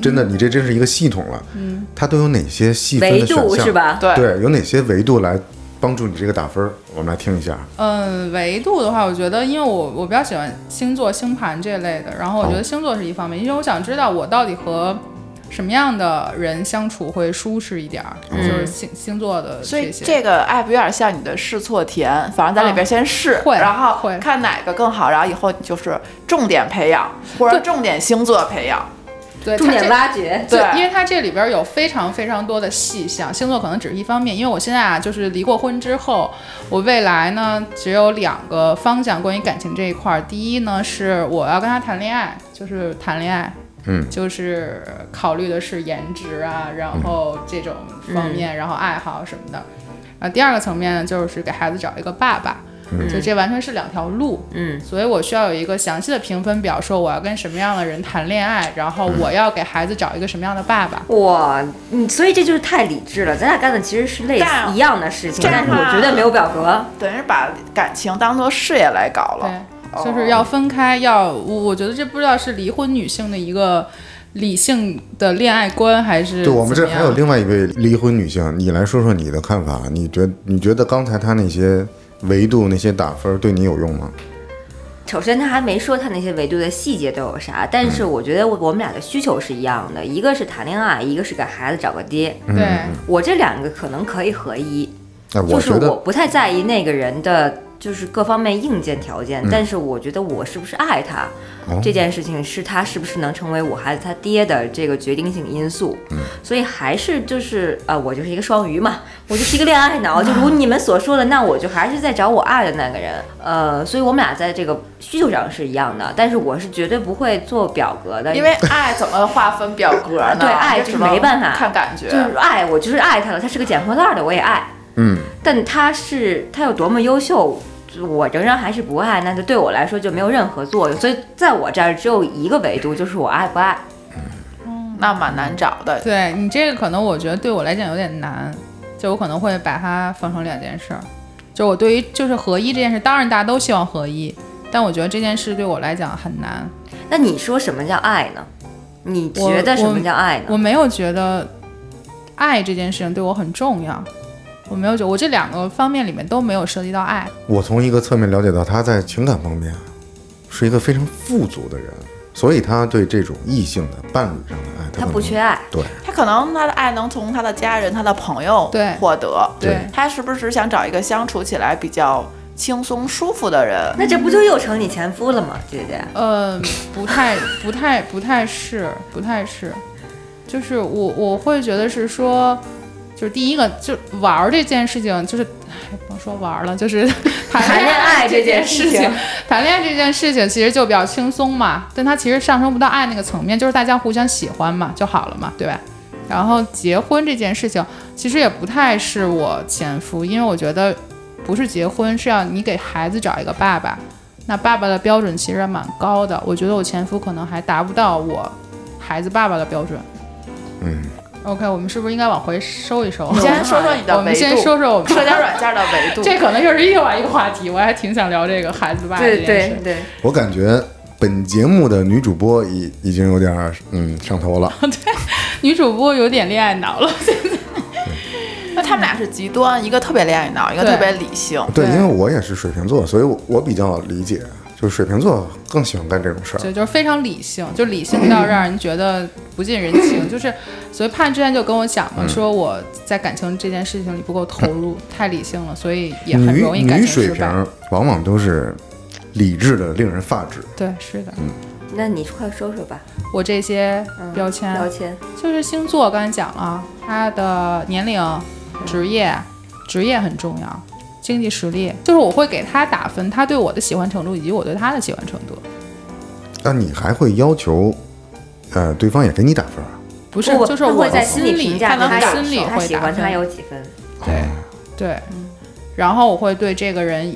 真的，你这真是一个系统了。嗯，它都有哪些细分嗯维的选度项是？吧？对对，有哪些维度来帮助你这个打分儿？我们来听一下。嗯，维度的话，我觉得，因为我我比较喜欢星座、星盘这类的，然后我觉得星座是一方面，因为我想知道我到底和什么样的人相处会舒适一点儿，就是星星座的所以些。这个 app 有点像你的试错田，反正在里边先试，啊会然后会看哪个更好，然后以后你就是重点培养或者对重点星座培养。对，重它点这挖掘。对对，因为它这里边有非常非常多的细项，星座可能只是一方面。因为我现在啊，就是离过婚之后，我未来呢只有两个方向关于感情这一块儿。第一呢是我要跟他谈恋爱，就是谈恋爱，嗯就是考虑的是颜值啊，然后这种方面，然后爱好什么的。啊，第二个层面呢就是给孩子找一个爸爸，就这完全是两条路。嗯，所以我需要有一个详细的评分表，说我要跟什么样的人谈恋爱，然后我要给孩子找一个什么样的爸爸。哇，你嗯所以这就是太理智了。咱俩干的其实是类似但一样的事情，这但是样我啊绝对没有表格。等于是把感情当做事业来搞了。对，就是要分开，要我我觉得这不知道是离婚女性的一个理性的恋爱观，还是对我们这怎么还样有另外一位离婚女性，你来说说你的看法。你觉你觉得刚才她那些维度那些打分儿对你有用吗？首先，他还没说他那些维度的细节都有啥，但是嗯我觉得我我们俩的需求是一样的，一个是谈恋爱，一个是给孩子找个爹。对。我这两个可能可以合一，哎，就我是觉我得不太在意那个人的就是各方面硬件条件，但是我觉得我是不是爱他、嗯哦这件事情，是他是不是能成为我孩子他爹的这个决定性因素。嗯所以还是就是啊、呃我就是一个双鱼嘛，我就是一个恋爱脑，就如你们所说的，那我就还是在找我爱的那个人。呃，所以我们俩在这个需求上是一样的，但是我是绝对不会做表格的，因为爱怎么划分表格呢？对爱就就只没能办法看感觉。就是爱我就是爱他了，他是个捡破烂儿的我也爱。嗯，但他是他有多么优秀，我仍然还是不爱，那就对我来说就没有任何作用。所以在我这儿只有一个维度，就是我爱不爱。那蛮难找的。对你这个可能我觉得对我来讲有点难，就我可能会把它分成两件事儿，就我对于就是合一这件事，当然大家都希望合一，但我觉得这件事对我来讲很难，那你说什么叫爱呢？你我觉得什么叫爱呢？我没有觉得爱这件事情对我很重要，我没有觉得我这两个方面里面都没有涉及到爱，我从一个侧面了解到他在情感方面是一个非常富足的人，所以他对这种异性的伴侣上的爱，他可不能缺爱，对，他可能他的爱能从他的家人、他的朋友对获得。对他是不是只想找一个相处起来比较轻松舒服的人？那这不就又成你前夫了吗，*laughs* 姐姐？呃，不太、不太、不太是，不太是，就是我我会觉得是说，就是第一个就玩儿这件事情，就是哎甭说玩儿了，就是 *laughs* 谈谈恋爱这件事事情，谈恋爱这件事情其实就比较轻松嘛，但它其实上升不到爱那个层面，就是大家互相喜欢嘛就好了嘛，对吧？然后结婚这件事情其实也不太是我前夫，因为我觉得不是结婚，是要你给孩子找一个爸爸。那爸爸的标准其实还蛮高的，我觉得我前夫可能还达不到我孩子爸爸的标准。嗯，OK，我们是不是应该往回收一收你？先说说你的我们维先度，说说我们 *laughs* 社交软件的维 *laughs* 度。这可能又是另外一个话题，我还挺想聊这个孩子爸爸这件事。对，我感觉本节目的女主播已已经有点儿嗯上头了，女主播有点恋爱 *laughs* 脑了，那他们俩是极端，一个特别恋爱脑，一个特别理性。对，对因为我也是水瓶座，所以我我比较理解，就是水瓶座更喜欢干这种事儿。对，就是非常理性，就理性到让人觉得不近人情。就是，所以盼之前就跟我讲嗯嘛，说我在感情这件事情里不够投 *laughs* 入，太理性了，所以也很女容易感女情水失败。瓶往往都是理智的，令人发指。对，是的，那你快说说吧。我这些嗯标签，标签，就是星座，刚才讲了，他的年龄、职业，嗯职业很重要，经济实力，就是我会给他打分，他对我的喜欢程度以及我对他的喜欢程度。那你还会要求，呃，对方也给你打分啊？不是，不就是他我会在心里里评价可能他有心里他会喜打欢分他有几分。哦对对，嗯然后我会对这个人，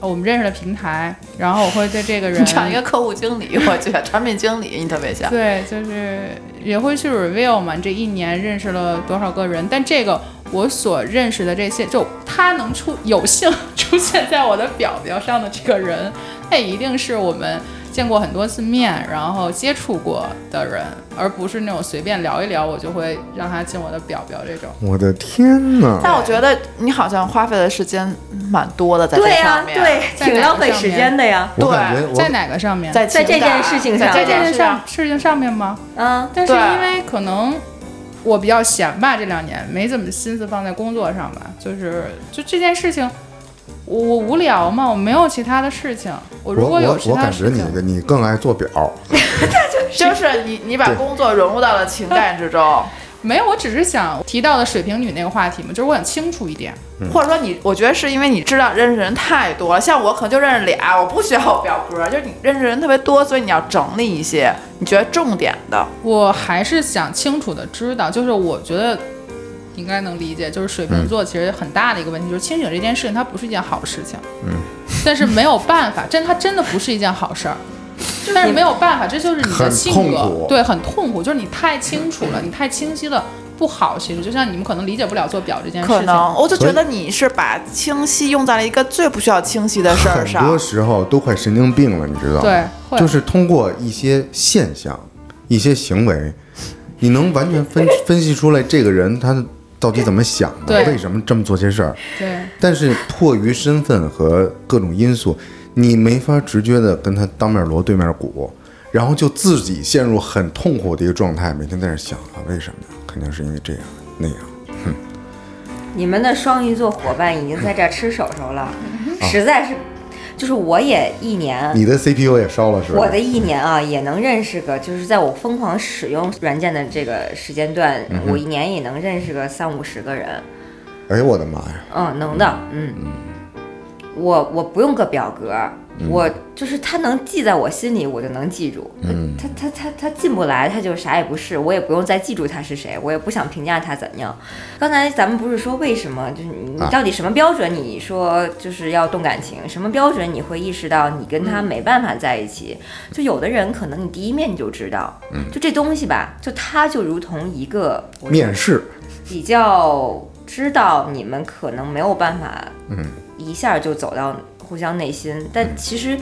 我们认识的平台，然后我会对这个人 *laughs* 你，像一个客户经理，我觉得产品经理你特别像。对，就是也会去 review 嘛，你这一年认识了多少个人？但这个我所认识的这些，就他能出有幸 *laughs* 出现在我的表表上的这个人，那一定是我们见过很多次面，然后接触过的人，而不是那种随便聊一聊我就会让他进我的表表这种。我的天哪！但我觉得你好像花费的时间蛮多的在这对呀、上面。对，在挺哪个浪费上时面间的呀。我感觉在我哪个上面？在在这情感件事情在上这这件件事事上上，事情上面吗？啊，但是对因为可能我比较闲吧，这两年没怎么心思放在工作上吧，就是就这件事情，我我无聊嘛，我没有其他的事情，我如我果有我其我他感的觉事你情，的你更爱做表，就是你你把对工作融入到了情感之中。没有，我只是想提到的水瓶女那个话题嘛，就是我想清楚一点，嗯或者说你，我觉得是因为你知道认识人太多了，像我可能就认识俩，我不需要表格，就是你认识人特别多，所以你要整理一些你觉得重点的。我还是想清楚的知道，就是我觉得。应该能理解，就是水嗯瓶座其实很大的一个问题，就是清醒这件事情，它不是一件好事情。嗯，但是没有办法，真它真的不是一件好 *laughs* 事儿。但是没有办法，这就是你的很性痛格苦，对，很痛苦，就是你太清楚了，你太清晰了，不好。其实就像你们可能理解不了做表这件嗯事情，可能我就所以觉得你是把清晰用在了一个最不需要清晰的事儿 *laughs* 很多上，时候都快神经病了，你知道吗？对，会就是通过一些现象、一些行为，你能完全分分析出来这个人他到底怎么想的，对为什么这么做些事儿。对但是迫于身份和各种因素，你没法直接的跟他当面锣对面鼓，然后就自己陷入很痛啊苦的一个状态，每天在那想啊，为什么呀？肯定是因为这样那样。你们的双鱼座伙伴已经在这儿吃手手了，嗯实在是，就是我也一哎年，你的 CPU 也烧了是吧？我的一年啊，也能认识个，就是在我疯狂使用软件的这个时间段，嗯我一年也能认识个三五十个人。哎呦我的妈呀！嗯，能的，嗯，我我不用个表格，我就是他能记在我心里，我就能记住。他他他他进不来，他就啥也不是，我也不用再记住他是谁，我也不想评价他怎样。刚才咱们不是说为什么，就是你你啊到底什么标准？你说就是要动感情，什么标准你会意识到你跟他没办法在一起？就有的人可能你第一面你就知道，就这东西吧，就他就如同一个我面试比较知道你们可能没有办法，嗯，一下就走到互相内心，但其实，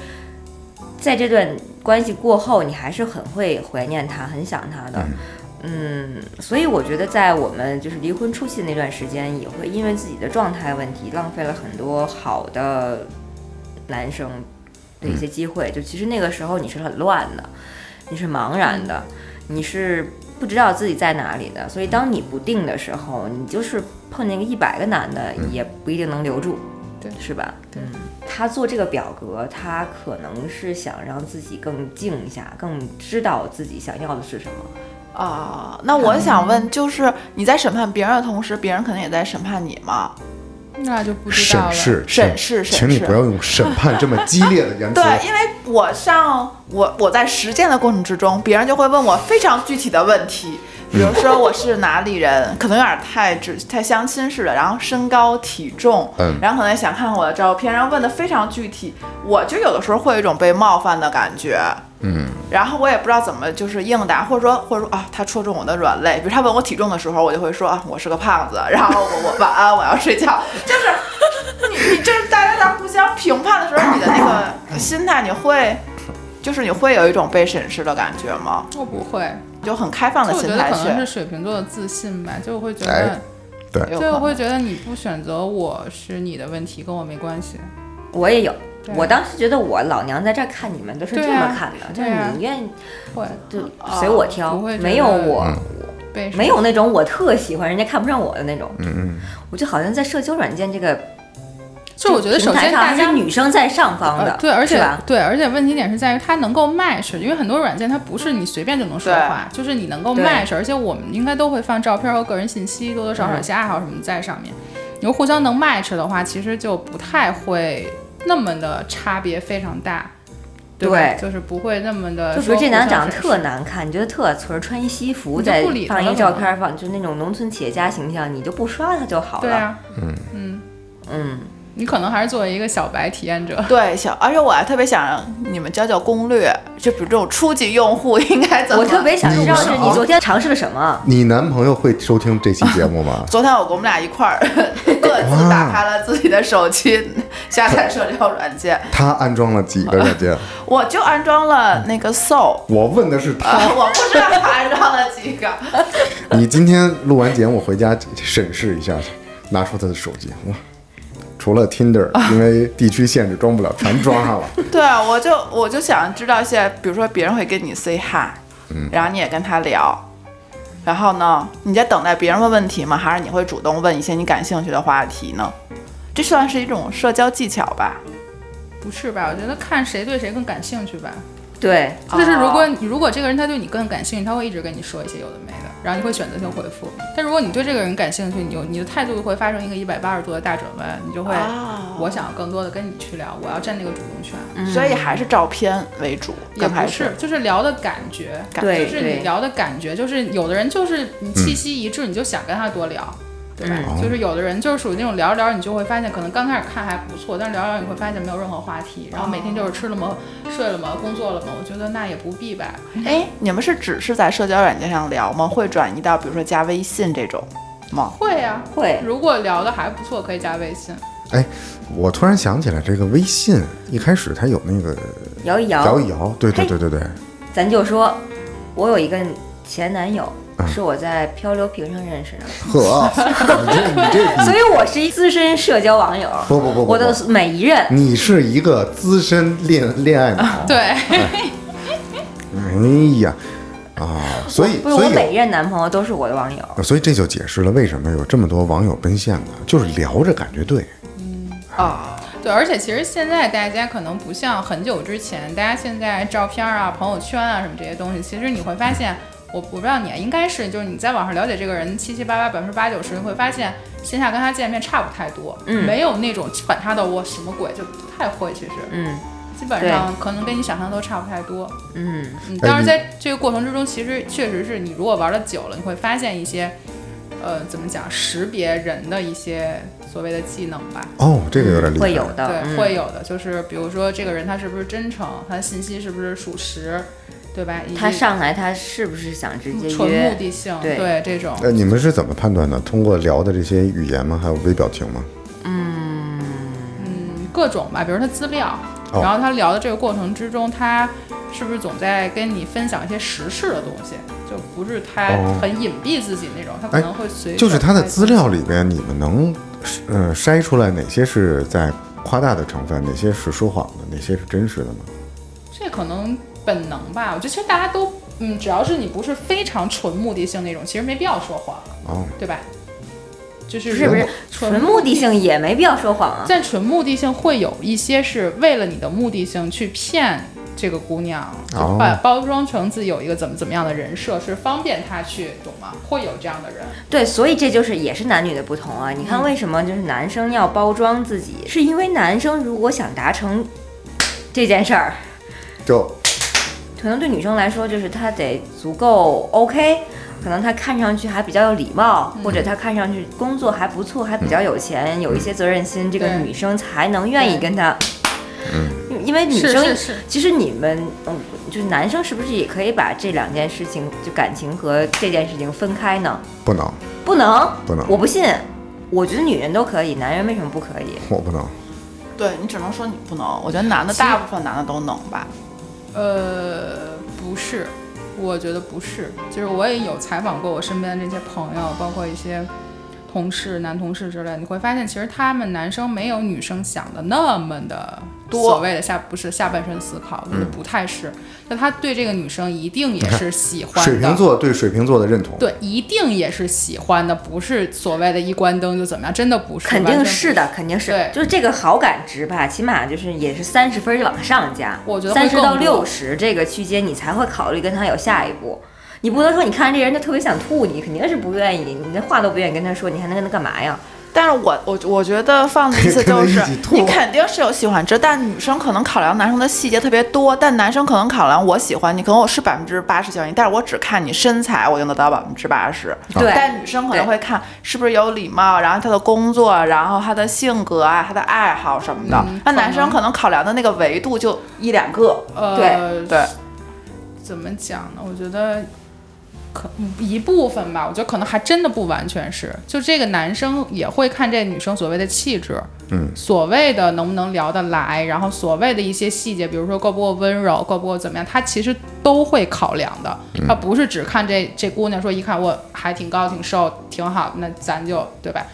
在这段关系过后，你还是很会怀念他，很想他的。嗯，所以我觉得在我们就是离婚初期那段时间，也会因为自己的状态问题，浪费了很多好的男生的一些机会。就其实那个时候你是很乱的，你是茫然的，你是不知道自己在哪里的。所以当你不定的时候，你就是碰见一百个男的，也不一定能留住，对是吧？对嗯，他做这个表格，他可能是想让自己更静一下，更知道自己想要的是什么。啊、那我想问，就是你在审判别人的同时，别人可能也在审判你吗？那就不知审道了。视审视审请你视不要用审判这么激烈的言辞对。，因为我上我我在实践的过程之中，别人就会问我非常具体的问题，比如说我是哪里人，可能有点太只太相亲似的，然后身高体重，嗯然后可能想看我的照片，然后问的非常具体，我就有的时候会有一种被冒犯的感觉，嗯，然后我也不知道怎么就是应答，或者说或者说啊，他戳中我的软肋。比如他问我体重的时候，我就会说啊，我是个胖子，然后我我晚安，我要睡觉。就是你你就是大家在互相评判的时候，你的那个心态，你会就是你会有一种被审视的感觉吗？我不会，就很开放的就我心觉得态可能是去，水瓶座的自信吧，就我会觉哎得，有就可我会能觉得你不选择我是你的问题，跟我没关系。我也有，对我当时觉得我老娘在这儿看你们都是这对啊么看的，就对是啊你愿意会就随我挑，不会觉没有得我、被什么没有那种我特喜欢人家看不上我的那种。嗯嗯，我就好像在社交软件这个就我觉得平首台先上大还家是女生在上方的，呃，对，而是且吧？对，而且问题点是在于它能够 match，因为很多软件它不是你随便就能说对话，就是你能够对 match，而且我们应该都会放照片和个人信息，多多嗯少少一些爱好什么在上面。你又互相能 match 的话，其实就不太会那么的差别非常大，对吧？对就是不会那么的就呃说比互相审视。如这男的长得特难看，你觉得特村儿，穿一西服你就再不理他放了一照嘛片儿，放就那种农村企业家形象，你就不刷他就好了。对啊，嗯，你可能还是作为一个小白体验者，对，小，而且我还特别想让你们教教攻略，就比如这种初级用户应该怎么。？我特别想知道是你你昨天尝试了什么。你男朋友会收听这期节目吗 *laughs* 昨天我跟我们俩一块儿各自打开了自己的手机，下载社交软件，他安装了几个软 *laughs* 件？我就安装了那个 Soul，我问的是他。呃，我不知道他安装了几个，你今天录完节目回家审视一下，拿出他的手机，哇，除了 Tinder，因啊为地区限制装不了，全装 *laughs* 上了。对，啊我就我就想知道一些，比如说别人会跟你 say hi，然后你也跟他聊，然后呢，你在等待别人问问题吗？还是你会主动问一些你感兴趣的话题呢？这算是一种社交技巧吧？不是吧？我觉得看谁对谁更感兴趣吧。对，就是如果嗯哦你如果这个人他对你更感兴趣，他会一直跟你说一些有的没的，然后你会选择性回复。但如果你对这个人感兴趣，你有你的态度会发生一个一百八十度的大转弯，你就会，哦我想要更多的跟你去聊，我要占这个主动权，所以还是照片为主，嗯也刚不开是始，就是聊的感觉，感对就是你聊的感觉，就是有的人就是你气息一致，你就想跟他多聊。对吧？就是有的人就是属于那种聊着聊着，你就会发现，可能刚开始看还不错，但是聊着聊着你会发现没有任何话题，然后每天就是吃了么，睡了么，工作了么。我觉得那也不必吧。哎，你们是只是在社交软件上聊吗？会转移到比如说加微信这种吗？会啊，会如果聊的还不错，可以加微信。哎，我突然想起来，这个微信一开始它有那个摇一摇，摇一摇，对对对对对，咱就说，我有一个前男友，嗯是我在漂流瓶上认识的，呵，啊你这你这 *laughs* 所你以我是一资深社交网友。嗯不不不不我的不嗯每一任，你是一个资深恋恋爱脑。对，哎呀，啊，所以不是我所以有每一任男朋友都是我的网友，啊所以这就解释了为什么有这么多网友奔现的，就是聊着感觉对，啊，对，而且其实现在大家可能不像很久之前，大家现在照片啊、朋友圈啊什么这些东西，其实你会发现，我我不知道你啊，应该是就是你在网上了解这个人七七八八百分之八九十，你会发现线下跟他见面差不太多，嗯没有那种反差到我什么鬼，就不太会，其实嗯基本上可能跟你想象都差不太多。嗯，嗯，哎当然你在这个过程之中，其实确实是你如果玩的久了，你会发现一些，呃，怎么讲，识别人的一些所谓的技能吧。哦，这个有点厉害，会有的，对，嗯会有的，就是比如说这个人他是不是真诚，他的信息是不是属实，对吧？以及他上来他是不是想直接嗯纯目约？的性，对对这种，呃，你们是怎么判断的？通过聊的这些语言吗？还有微表情吗？嗯，各种吧，比如他资料，哦然后他聊的这个过程之中，他是不是总在跟你分享一些时事的东西，就不是他哦很隐蔽自己那种，他哎可能会随就是手他的开资料里边，你们能呃筛出来哪些是在夸大的成分，哪些是说谎的，哪些是真实的吗？这可能本能吧，我觉得其实大家都，嗯，只要是你不是非常纯目的性那种，其实没必要说谎，哦，对吧？就是是不是纯纯目的性也没必要说 *laughs* 谎啊？但纯目的性会有一些是为了你的目的性去骗这个姑娘，就哦把包装成自己有一个怎么怎么样的人设，是方便她去，懂吗？会有这样的人，对，所以这就是也是男女的不同啊。嗯你看为什么就是男生要包装自己，是因为男生如果想达成这件事儿，就可能对女生来说就是他得足够 OK，可能他看上去还比较有礼嗯貌，或者他看上去工作还不错，还比较有钱，有一些责任心，这个对女生才能愿意对跟他。因因为女是生是是其实你们，嗯，就是男生是不是也可以把这两件事情，就感情和这件事情分开呢？不能，不能，不能我不信。我觉得女人都可以，男人为什么不可以？我不能。对你只能说你不能。我觉得男的其实大部分男的都能吧。呃，不是，我觉得不是，就是我也有采访过我身边的这些朋友，包括一些同事、男同事之类的，你会发现其实他们男生没有女生想的那么的多所谓的下不是下半身思考，嗯就是不太是，就他对这个女生一定 *laughs* 也是喜欢的。水瓶座对水瓶座的认同，对，一定也是喜欢的，不是所谓的一关灯就怎么样，真的不是，肯完全定不是的，肯定是对。就是这个好感值吧，起码就是也是三十分往上加，我觉得会三十到更多六十这个区间，你才会考虑跟他有下一步。你不能说你看这人就特别想吐你，肯定是不愿意，你连话都不愿意跟他说，你还能跟他干嘛呀？但是我我我觉得放的意思就跟是他一起，吐你肯定是有喜欢值，但女生可能考量男生的细节特别多，但男生可能考量我喜欢你，可能我是百分之八十喜欢你，但是我只看你身材，我就能达到百分之八十。啊对但女生可能会看是不是有礼貌，然后他的工作，然后他的性格啊，他的爱好什么嗯的。那男生可能考量的那个维度就一两个，呃，对，怎么讲呢？我觉得可一部分吧，我觉得可能还真的不完全是，就这个男生也会看这女生所谓的气质，嗯，所谓的能不能聊得来，然后所谓的一些细节，比如说够不够温柔，够不够怎么样，他其实都会考量的，嗯他不是只看这这姑娘说一看我还挺高挺瘦挺好，那咱就对吧？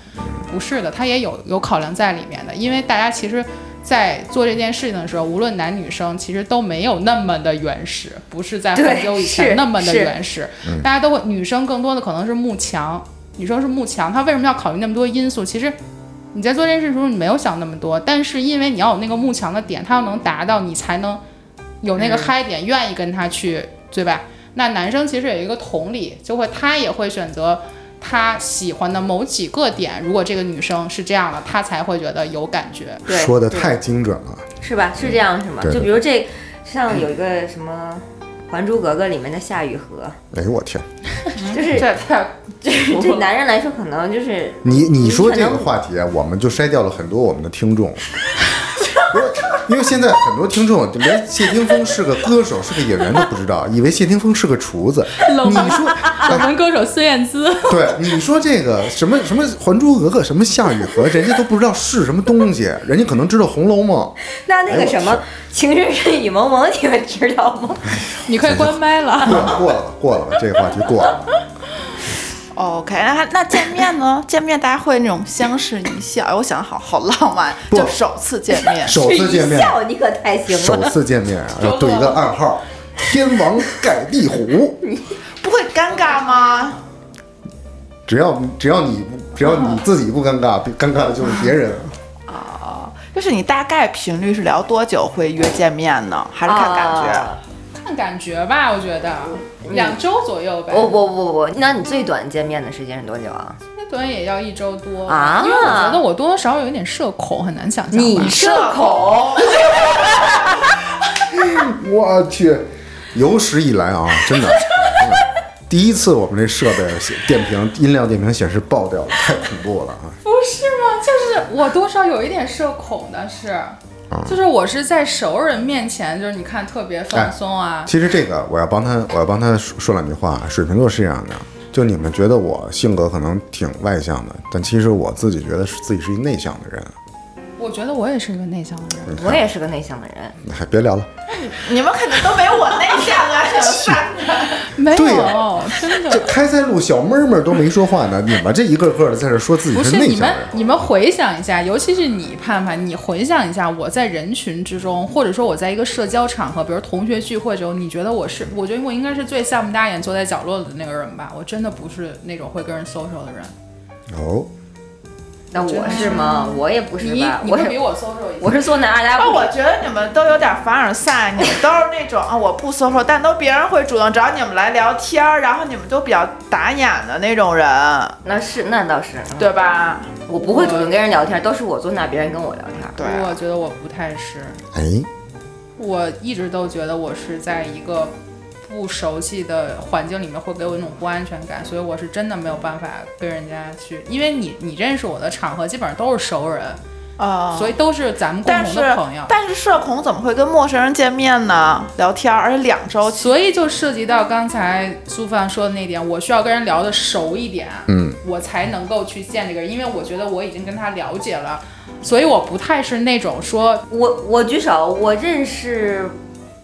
不是的，他也有有考量在里面的，因为大家其实。在做这件事情的时候，无论男女生，其实都没有那么的原始，不是在 *laughs* 对很久以是前那么的是嗯原始。大家都会，女生更多的可能是慕强，女生是慕强，她为什么要考虑那么多因素？其实你在做这件事的时候，你没有想那么多，但是因为你要有那个慕强的点，她要能达到，你才能有那个嗨点，愿意跟她去，对吧？那男生其实有一个同理，就会他也会选择他喜欢的某几个点，如果这个女生是这样的，他才会觉得有感觉。对说的对太精准了。是吧？是这样是吗？对就对比如这，像有一个什么《还珠格格》里面的夏雨荷，哎呦我天，嗯就是这太对男人来说可能就是你你说可这个能话题啊，我们就筛掉了很多我们的听众。 *laughs* 不是因为现在很多听众连谢霆锋是个歌手、是个演员都不知道，以为谢霆锋是个厨子。冷你说，冷门啊歌手孙燕姿，对，你说这个什么什么《还珠格格》什么夏雨荷，人家都不知道是什么东西，人家可能知道《红楼梦那那个什哎么《情深深雨蒙蒙》，你们知道吗？ *laughs* 你可以关麦》了。 *laughs* 过了过了吧，过了吧，这个话题过了。哦 OK，那 *laughs* 他那见面呢？见面大家会那种相视一笑，哎，我想好好浪漫，不就首次见面。首次见一面，笑你可太行首了，次见面啊，要对一个暗号，天王盖地虎。不会尴尬吗？只要只要你不只要你自己不尴尬， *laughs* 别尴尬的就是别人。就是你大概频率是聊多久会约见面呢？还是看感觉？啊看感觉吧，我觉得两周左右呗，我我我我，那你最短见面的时间是多久啊？最短也要一周多啊因为我觉得我多多少少有一点社恐，很难想象吧。社恐， *laughs* 我去，有史以来啊，真的， *laughs* 真的第一次我们这设备显电瓶音量电瓶显示爆掉了，太恐怖了啊！不是吗？就是我多少有一点社恐的是，啊就是我是在熟人面前，就是你看特别哎放松啊，其实这个我要帮他，我要帮他说说两句话。水瓶座是这样的，就你们觉得我性格可能挺外向的，但其实我自己觉得是自己是一内向的人。我觉得我也是一个内向的人。我也是个内向的人。哎，别聊了，你们肯定都没我内向 *laughs* 啊！没嗯对有，真这的开塞露小妹妹都没说话呢，你们这一个个的在这说自己不是内你向们人，，你们回想一下，尤其是你盼盼，你回想一下，我在人群之中，或者说我在一个社交场合，比如同学聚会之后，你觉得我是？我觉得我应该是最丧不大眼坐在角落的那个人吧？我真的不是那种会跟人 social 的人。哦，那我是吗？我也不是你吧，你我会比是我 social 一些。我是坐那二家那不啊我觉得你们都有点凡尔赛，你们都是那种啊， *laughs* 我不 social，但都别人会主动找你们来聊天儿，然后你们都比较打眼的那种人，那是那倒是，嗯对吧？我不会主动跟人聊天，都是我坐那别人跟我聊天。对，啊我觉得我不太是，哎，我一直都觉得我是在一个不熟悉的环境里面会给我一种不安全感，所以我是真的没有办法跟人家去，因为你你认识我的场合基本上都是熟人，啊、所以都是咱们共但同是的朋友。但是社恐怎么会跟陌生人见面呢？聊天儿，而且两周所以就涉及到刚才苏范说的那点，我需要跟人聊得熟一点，嗯，我才能够去见这个人，因为我觉得我已经跟他了解了，所以我不太是那种说我我举手，我认识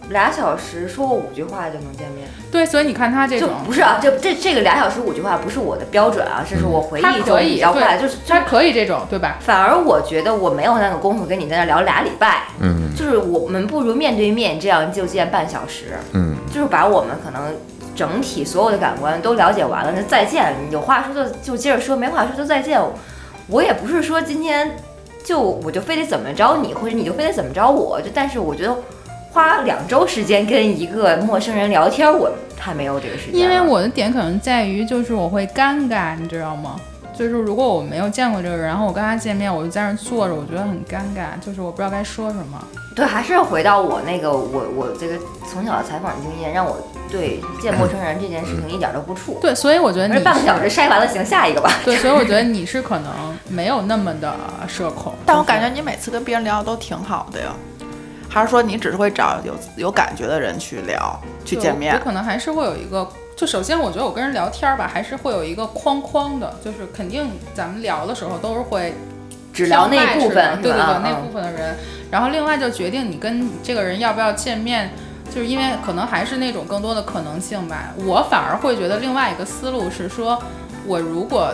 俩小时，说过五句话就能见面，对，所以你看他这就种，不是啊，这这这个俩小时五句话不是我的标准啊，这是我回他忆中可以比较对快，就是他可以这种，对吧？反而我觉得我没有那个功夫跟你在那聊俩礼拜，嗯，就是我们不如面对面这样就见半小时，嗯，就是把我们可能整体所有的感官都了解完了，那再见，有话说就就接着说，没话说就再见。我也不是说今天就我就非得怎么着你，或者你就非得怎么着我，就但是我觉得花两周时间跟一个陌生人聊天，我太没有这个时间了，因啊为我的点可能在于，就是我会尴尬，你知道吗？就是如果我没有见过这个人，然后我跟他见面，我就在那儿坐着，我觉得很尴尬，就是我不知道该说什么。对，还是回到我那个我我这个从小的采访经验，让我对见陌生人这件事嗯情一点都不怵。对，所以我觉得而你且半个是小时筛完了，行，下一个吧。对，所以我觉得你是可能没有那么的社恐，但我就是感觉你每次跟别人聊都挺好的呀，还是说你只是会找有有感觉的人去聊去对见我面我？可能还是会有一个，就首先我觉得我跟人聊天儿吧，还是会有一个框框的，就是肯定咱们聊的时候都是会只挑聊那麦部是吧分，对对是吧嗯对，那部分的人。然后另外就决定你跟这个人要不要见面，就是因为可能还是那种更多的可能性吧。我反而会觉得另外一个思路是说，我如果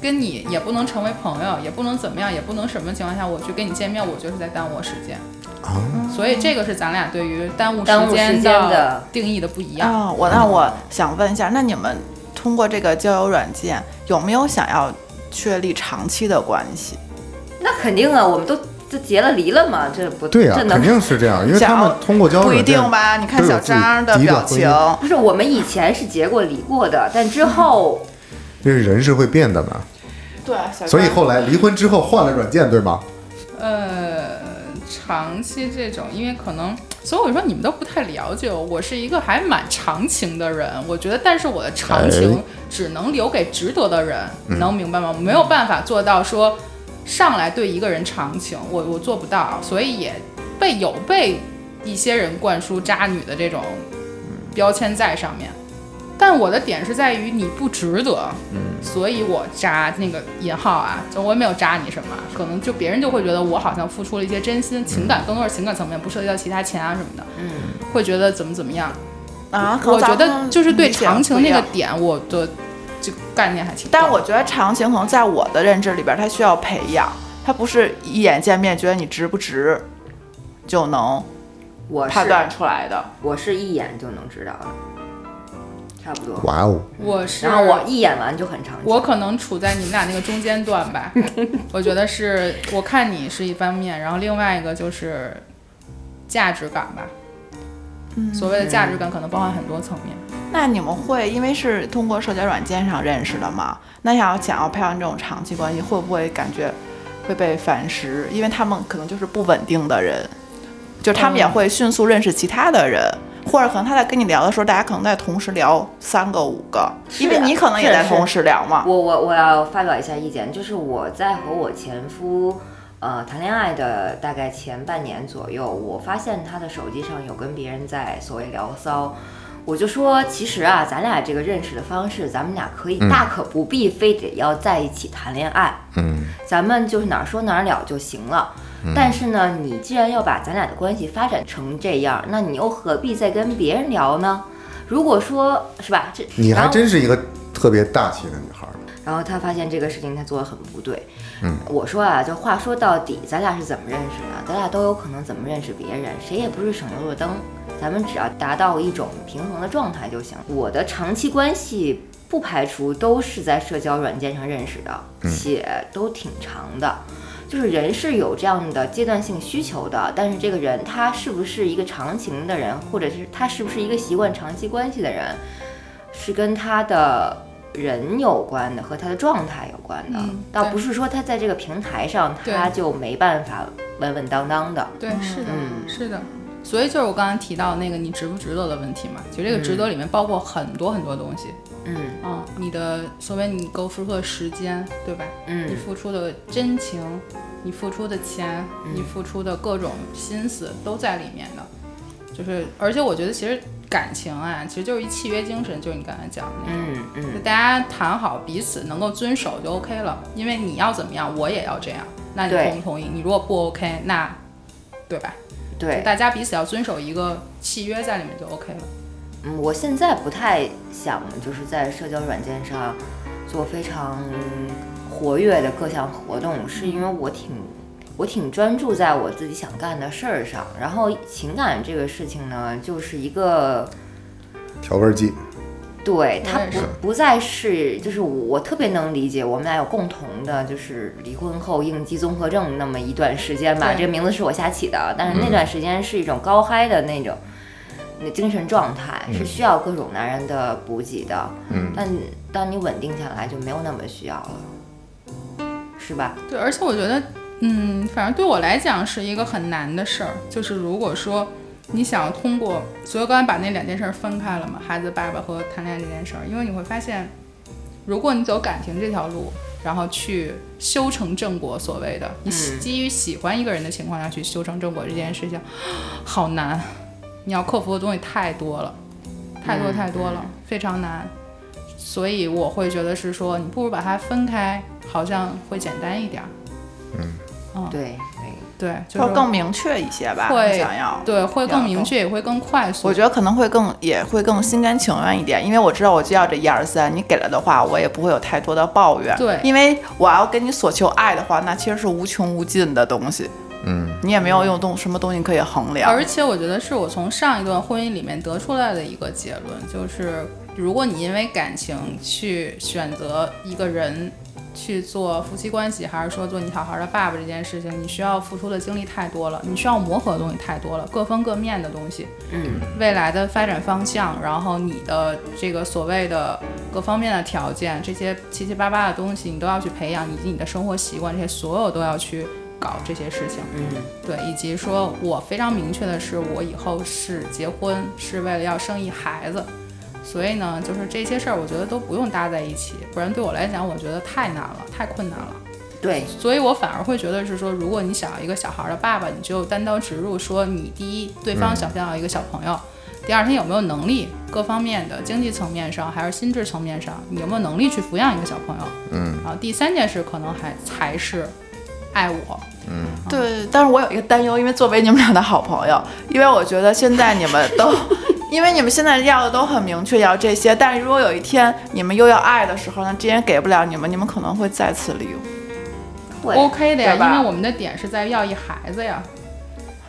跟你也不能成为朋友，也不能怎么样，也不能什么情况下我去跟你见面，我就是在耽误我时间。啊，所以这个是咱俩对于耽误哦耽误时间间的定义的不一样。啊、我那我想问一下，那你们通过这个交友软件有没有想要确立长期的关系？那肯定啊，我们都都结了离了嘛，这不对呀、啊这能肯定是这样，因为他们想通过交友不一软件定吧？你看都有小自己张的自己的表婚情，姻不是我们以前是结过离过的，但嗯之后这人是会变的呢，对，小所以张后来离婚之后换了软件，对吗？呃，长期这种，因为可能，所以我说你们都不太了解我，我是一个还蛮长情的人，我觉得，但是我的长情哎只能留给值得的人，能明白吗？我没有办法做到说上来对一个人长情，我我做不到，所以也被有被一些人灌输渣女的这种标签在上面。但我的点是在于你不值得，所以我扎那个引号啊，就我也没有扎你什么，可能就别人就会觉得我好像付出了一些真心情感，更多是情感层面，不涉及到其他钱啊什么的，嗯，会觉得怎么怎么样。啊，可能我觉咱得们就是对理解不长情一那个样点，我的这个概念还挺高。但我觉得长情可能在我的认知里边，它需要培养，它不是一眼见面觉得你值不值就能我判是断出来的。我是一眼就能知道的，差不多。哇哦，我是然后我一眼完就很长久。我可能处在你们俩那个中间段 *laughs* 吧，我觉得是我看你是一方面，然后另外一个就是价值感吧。嗯所谓的价值感可能包含很多层面。那你们会因为是通过社交软件上认识的嘛？那要想要培养这种长期关系，会不会感觉会被反噬？因为他们可能就是不稳定的人，就他们也会迅速认识其他的人，或者可能他在跟你聊的时候，大家可能在同时聊三个五个，是因为你可能也是在是同时聊嘛。我我我要发表一下意见，就是我在和我前夫呃谈恋爱的大概前半年左右，我发现他的手机上有跟别人在所谓聊骚。我就说，其实啊，咱俩这个认识的方式，咱们俩可以大可不必非得要在一起谈恋爱，嗯，咱们就是哪儿说哪儿了就行了。但是呢，你既然要把咱俩的关系发展成这样，那你又何必再跟别人聊呢？如果说是吧，这你然还后真是一个特别大气的女孩儿。然后他发现这个事情他做的很不对。嗯，我说啊，就话说到底，咱俩是怎么认识的？咱俩都有可能怎么认识别人，谁也不是省油的灯。咱们只要达到一种平衡的状态就行。我的长期关系不排除都是在社交软件上认识的，且都挺长的。就是人是有这样的阶段性需求的，但是这个人他是不是一个长情的人，或者是他是不是一个习惯长期关系的人，是跟他的人有关的，和他的状态有关的，嗯倒对不是说他在这个平台上对他就没办法稳稳当当的。对，是的，嗯是的。所以就是我刚才提到那个你值不值得的问题嘛，就这个值得里面包括很多很多东西，嗯嗯，你的所谓你给我付出的时间，对吧？你嗯付出的真情，你付出的钱，嗯你付出的各种心思都在里面的。就是，而且我觉得其实感情啊，其实就是一契约精神，就是你刚才讲的那种。嗯就嗯大家谈好彼此能够遵守就 OK 了，因为你要怎么样，我也要这样，那你对同不同意？你如果不 OK，那对吧？就对，大家彼此要遵守一个契约在里面就 OK 了。嗯，我现在不太想就是在社交软件上做非常活跃的各项活动，是因为我挺我挺专注在我自己想干的事儿上，然后情感这个事情呢，就是一个调味儿剂，对我它也嗯不是不再是，就是我我特别能理解，我们俩有共同的，就是离婚后应激综合症那么一段时间吧。对这个名字是我瞎起的，啊但是那段时间是一种高嗨的那种，那精神状态是需要各种男人的补给的。嗯，但当你稳定下来，就没有那么需要了，是吧？对，而且我觉得，嗯，反正对我来讲是一个很难的事儿。就是如果说你想通过，所以我刚才把那两件事儿分开了嘛，孩子爸爸和谈恋爱这件事儿，因为你会发现，如果你走感情这条路，然后去修成正果，所谓的你喜嗯基于喜欢一个人的情况下去修成正果这件事情，好难，你要克服的东西太多了，太多太多了，非常难。所以我会觉得是说，你不如把它分开，好像会简单一点儿。对，对，就会是更明确一些吧，会想要对，会更要明更确，也会更快速。我觉得可能会更也会更心甘情愿一点，因为我知道我就要这一二三，你给了的话，我也不会有太多的抱怨。对因为我要跟你所求爱的话，那其实是无穷无尽的东西。嗯，你也没有用东什么东西可以衡量。而且我觉得是我从上一段婚姻里面得出来的一个结论，就是如果你因为感情去选择一个人去做夫妻关系，还是说做你好好的爸爸这件事情，你需要付出的精力太多了，你需要磨合的东西太多了，各方各面的东西，嗯，未来的发展方向，然后你的这个所谓的各方面的条件，这些七七八八的东西你都要去培养，以及你的生活习惯，这些所有都要去搞这些事情。嗯对，以及说我非常明确的是，我以后是结婚是为了要生一孩子，所以呢，就是这些事儿，我觉得都不用搭在一起，不然对我来讲，我觉得太难了，太困难了。对，所以我反而会觉得是说，如果你想要一个小孩的爸爸，你就单刀直入说，你第一，对方想要一个小朋友；第二，他有没有能力，各方面的经济层面上，还是心智层面上，你有没有能力去抚养一个小朋友？嗯。然后第三件事可能还才是爱我。对，但是我有一个担忧，因为作为你们俩的好朋友，因为我觉得现在你们都， *laughs* 因为你们现在要的都很明确，要这些，但是如果有一天你们又要爱的时候呢，这些给不了你们，你们可能会再次离会婚。OK 的呀，对吧因为我们的点是在于要一孩子呀。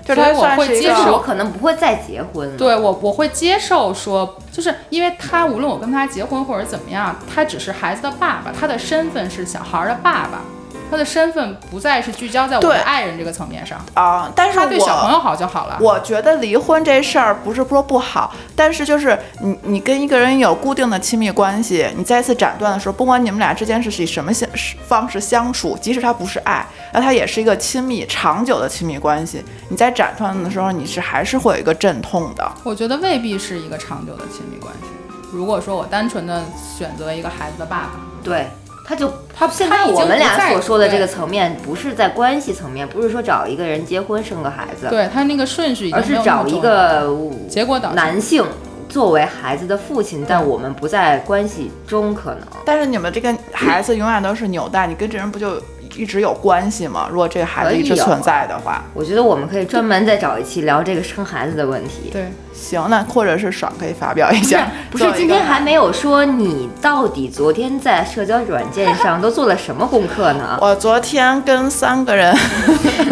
就是他所以我算会是一接个受是我可能不会再结婚了。对我我会接受说，就是因为他无论我跟他结婚或者怎么样，他只是孩子的爸爸，他的身份是小孩儿的爸爸，他的身份不再是聚焦在我对的爱人这个层面上，啊、但是他我对小朋友好就好了。我觉得离婚这事儿不是说不好，但是就是你你跟一个人有固定的亲密关系，你再次斩断的时候，不管你们俩之间是以什么相方式相处，即使他不是爱，那他也是一个亲密长久的亲密关系。你在斩断的时候，你是还是会有一个阵痛的。我觉得未必是一个长久的亲密关系。如果说我单纯的选择一个孩子的爸爸，对，他就他现他在已经我们不俩在所说的这个对层面，不是在关系层面，不是说找一个人结婚生个孩子，对他那个顺序已而经没是有那么找一重要个嗯结果导向男性作为孩子的父亲，但我们不在关系中可能。但是你们这个孩子永远都是纽带，你跟这人不就一直有关系吗？如果这个孩可子以一直有存在的话，我觉得我们可以专门再找一期聊这个生孩子的问题。对。行，那或者是爽可以发表一下。啊 *laughs* 不是作为一今个天还没有说你到底昨天在社交软件上都做了什么功 *laughs* 课呢？我昨天跟三个人 *laughs*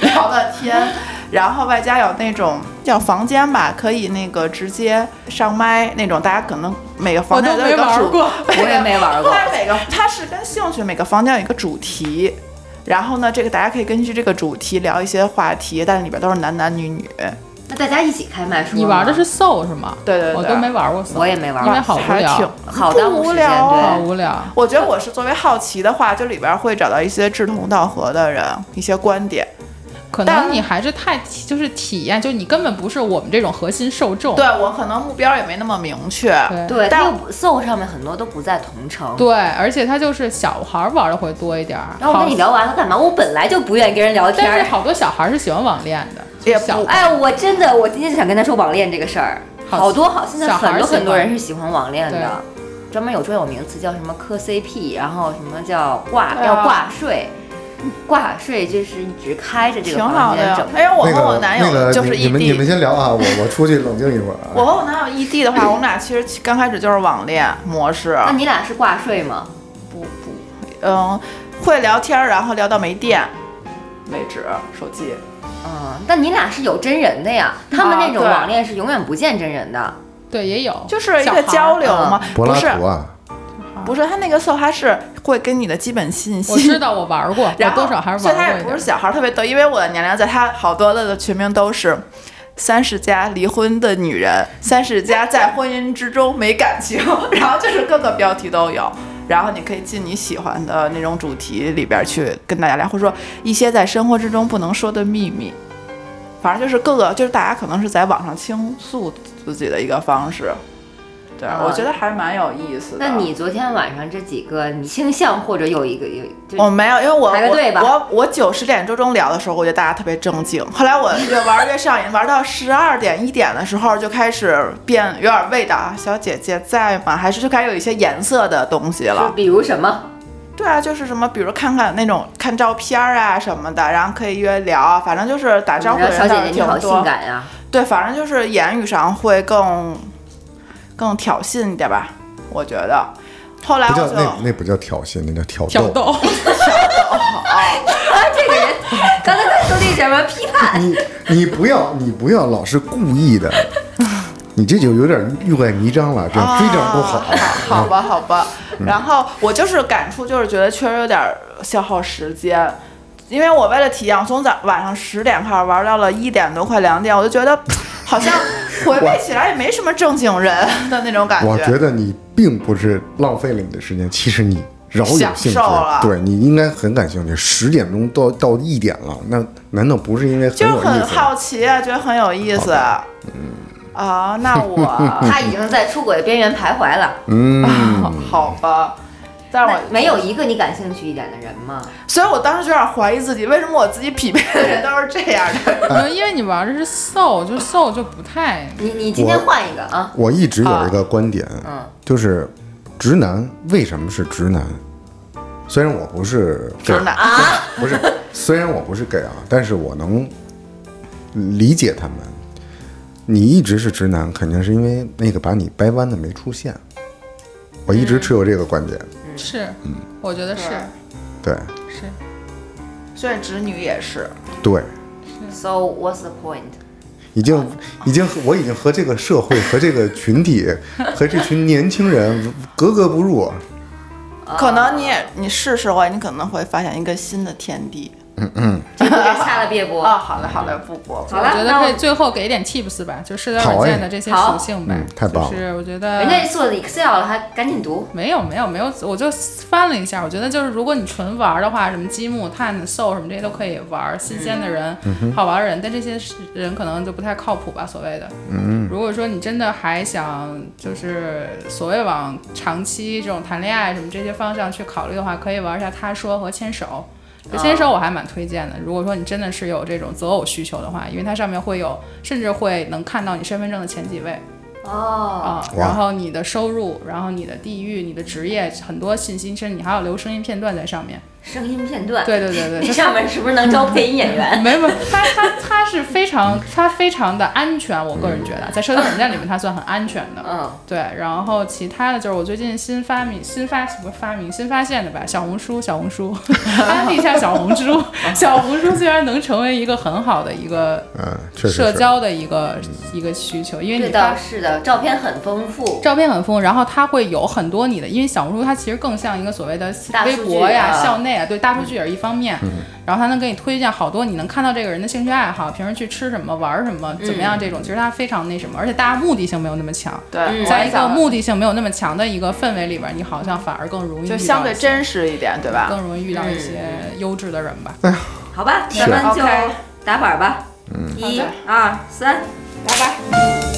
聊了天，然后外加有那种叫房间吧，可以那个直接上麦那种，大家可能每个房我间都有没一个玩主过，我也没 *laughs* 玩过。它每个它是跟兴趣，每个房间有一个主题。然后呢，这个大家可以根据这个主题聊一些话题，但里边都是男男女女，那大家一起开麦说吗。你玩的是 Soul 是吗？对对对我都没玩过 Soul，我也没玩过因为好无还挺聊，好不耽误无时间聊啊对好无聊。我觉得我是作为好奇的话，就里边会找到一些志同道合的人，一些观点。可但能你还是太体就是体验，就你根本不是我们这种核心受众。对我可能目标也没那么明确，对对，但它又不 Soul 上面很多都不在同城。对而且它就是小孩儿玩的会多一点儿。然后我哦跟你聊完了干嘛？我本来就不愿意跟人聊好，天但儿是。好多小孩儿是喜欢网恋的，就也是小不哎，我真的，我今天就想跟他说网恋这个事儿。好好多好，现在小孩很儿多喜欢很多人是喜欢网恋的，对专门有专有名词叫什么磕 CP，然后什么叫挂哎对啊要挂税，挂税就是一直开着这个挺好房的间呀整。。哎呀，我那和个我男那友个就是你异你们你们地。先聊啊，我我出去冷静一会儿啊。 *laughs* 我和我男友异地的话，我们俩其实刚开始就是网恋模式，那你俩是挂税吗？不不，嗯，会聊天儿，然后聊到没电为止，手机。嗯，但你俩是有真人的啊呀，他们那种对网恋是永远不见真人的。对也有，就是一小孩个儿啊交流嘛，柏不拉是图啊，不是，他那个搜还是会跟你的基本信息。我知道我玩过，我 *laughs* 然后多少还是所以玩他过也一不点是儿。小孩儿，特别逗，因为我的年龄在他好多的群名都是。三十加离婚的女人，三十加在婚姻之中没感情， *laughs* 然后就是各个标题都有，然后你可以进你喜欢的那种主题里边去跟大家聊，或者说一些在生活之中不能说的秘密，反正就是各个就是大家可能是在网上倾诉自己的一个方式，对、啊我觉得还蛮有意思的。那你昨天晚上这几个，你倾向或者有一个有就哦我哦没有，因为我排个队吧我我九十点钟钟聊的时候，我觉得大家特别正经。后来我嗯越玩越上瘾，玩到十二点一点的时候就开始变有点味道啊，小姐姐在吗？还是就开始有一些颜色的东西就了。比如什么？对啊，就是什么，比如看看那种看照片儿啊什么的，然后可以约聊啊，反正就是打招呼嗯的然后小人倒姐是姐你挺好性多。感呀、对，反正就是言语上会更更挑衅一点吧，我觉得。后来不我叫就那那不叫挑衅，那叫挑挑逗。 *laughs* 逗，*laughs* *laughs* 啊，这个人刚才他说的什么批判？你你不要你不要老是故意的，你这就有点欲盖弥彰了，这哦样非常不好。好吧，好吧。然后我就是感触，就是觉得确实有点儿消耗时间，因为我为了体验，我从早晚上十点开始玩到了一点多，快两点，我就觉得 *laughs* 好像回味起来也没什么正经人的那种感我觉得你并不是浪费了你的时间，其实你饶有兴享致受啊了，对你应该很感兴趣。十点钟到到一点了，那难道不是因为很就是有意很思吗？好奇啊，觉得很有意思。啊，那我他已经在出轨边缘徘徊了。嗯，好吧。但是那我没有一个你感兴趣一点的人吗？所以我当时就有点怀疑自己，为什么我自己匹配的人都是这样的？没有因为你玩的是 Soul，就是 Soul 就不太你你今天我换一个啊，我一直有一个观点，嗯就是直男为什么是直男？虽然我不是 gay，直男，不是，虽然我不是 gay 啊，但是我能理解他们。你一直是直男，肯定是因为那个把你掰弯的没出现。我一直持有这个观点，是，我觉得是嗯对对是所以直女也是。对，是， So what's the point？已经已经我已经和这个社会和这个群体和这群年轻人格格不入。啊可能你也你试试我，你可能会发现一个新的天地。这个下 *laughs* 了别播。哦，好嘞，好嘞，不播不好我了，觉得那可我以最后给一点 tips 吧，就社交好软件哎的这些好哎属性吧。嗯太棒了就是我觉得人家做的 Excel 了，还赶紧读。没有没有没有，我就翻了一下，我觉得就是如果你纯玩的话，什么积木、探兽什么这些都可以玩，新鲜的人、好玩的人，但这些人可能就不太靠谱吧，所谓的。嗯。如果说你真的还想就是所谓往长期这种谈恋爱什么这些方向去考虑的话，可以玩一下他说和牵手。就牵手我还蛮推荐的，如果说你真的是有这种择偶需求的话，因为它上面会有，甚至会能看到你身份证的前几位。哦，啊，哇然后你的收入，然后你的地域、你的职业，很多信息，甚至你还有留声音片段在上面。声音片段。对对对对那 *laughs* 上面是不是能招配音演员？没没，它它它是非常它非常的安全，我个人觉得，在社交软件里面它算很安全的。 *laughs* 嗯，对，然后其他的就是我最近新发明、新发什么发明、新发现的吧，小红书，小红 *laughs* 书，安利一下小红书。小红书虽然能成为一个很好的一个嗯，确实是嗯社交的一个一个需求，因为对你发的，是的，照片很丰富。照片很丰富，然后它会有很多你的，因为小红书它其实更像一个所谓的大数微据博呀、啊校内啊，对大数据也是一方面。然后它能给你推荐好多你能看到这个人的兴趣爱好，平时去吃什么、玩什么、怎么样这种，其实它非常那什么，而且大家目的性没有那么强。对，在一个想目的性没有那么强的一个氛围里边，你好像反而更容易就相对真，真实一点，对吧？更容易遇到一些优质的人吧。好吧，咱们就 OK 打板吧。嗯，一二三，拜拜。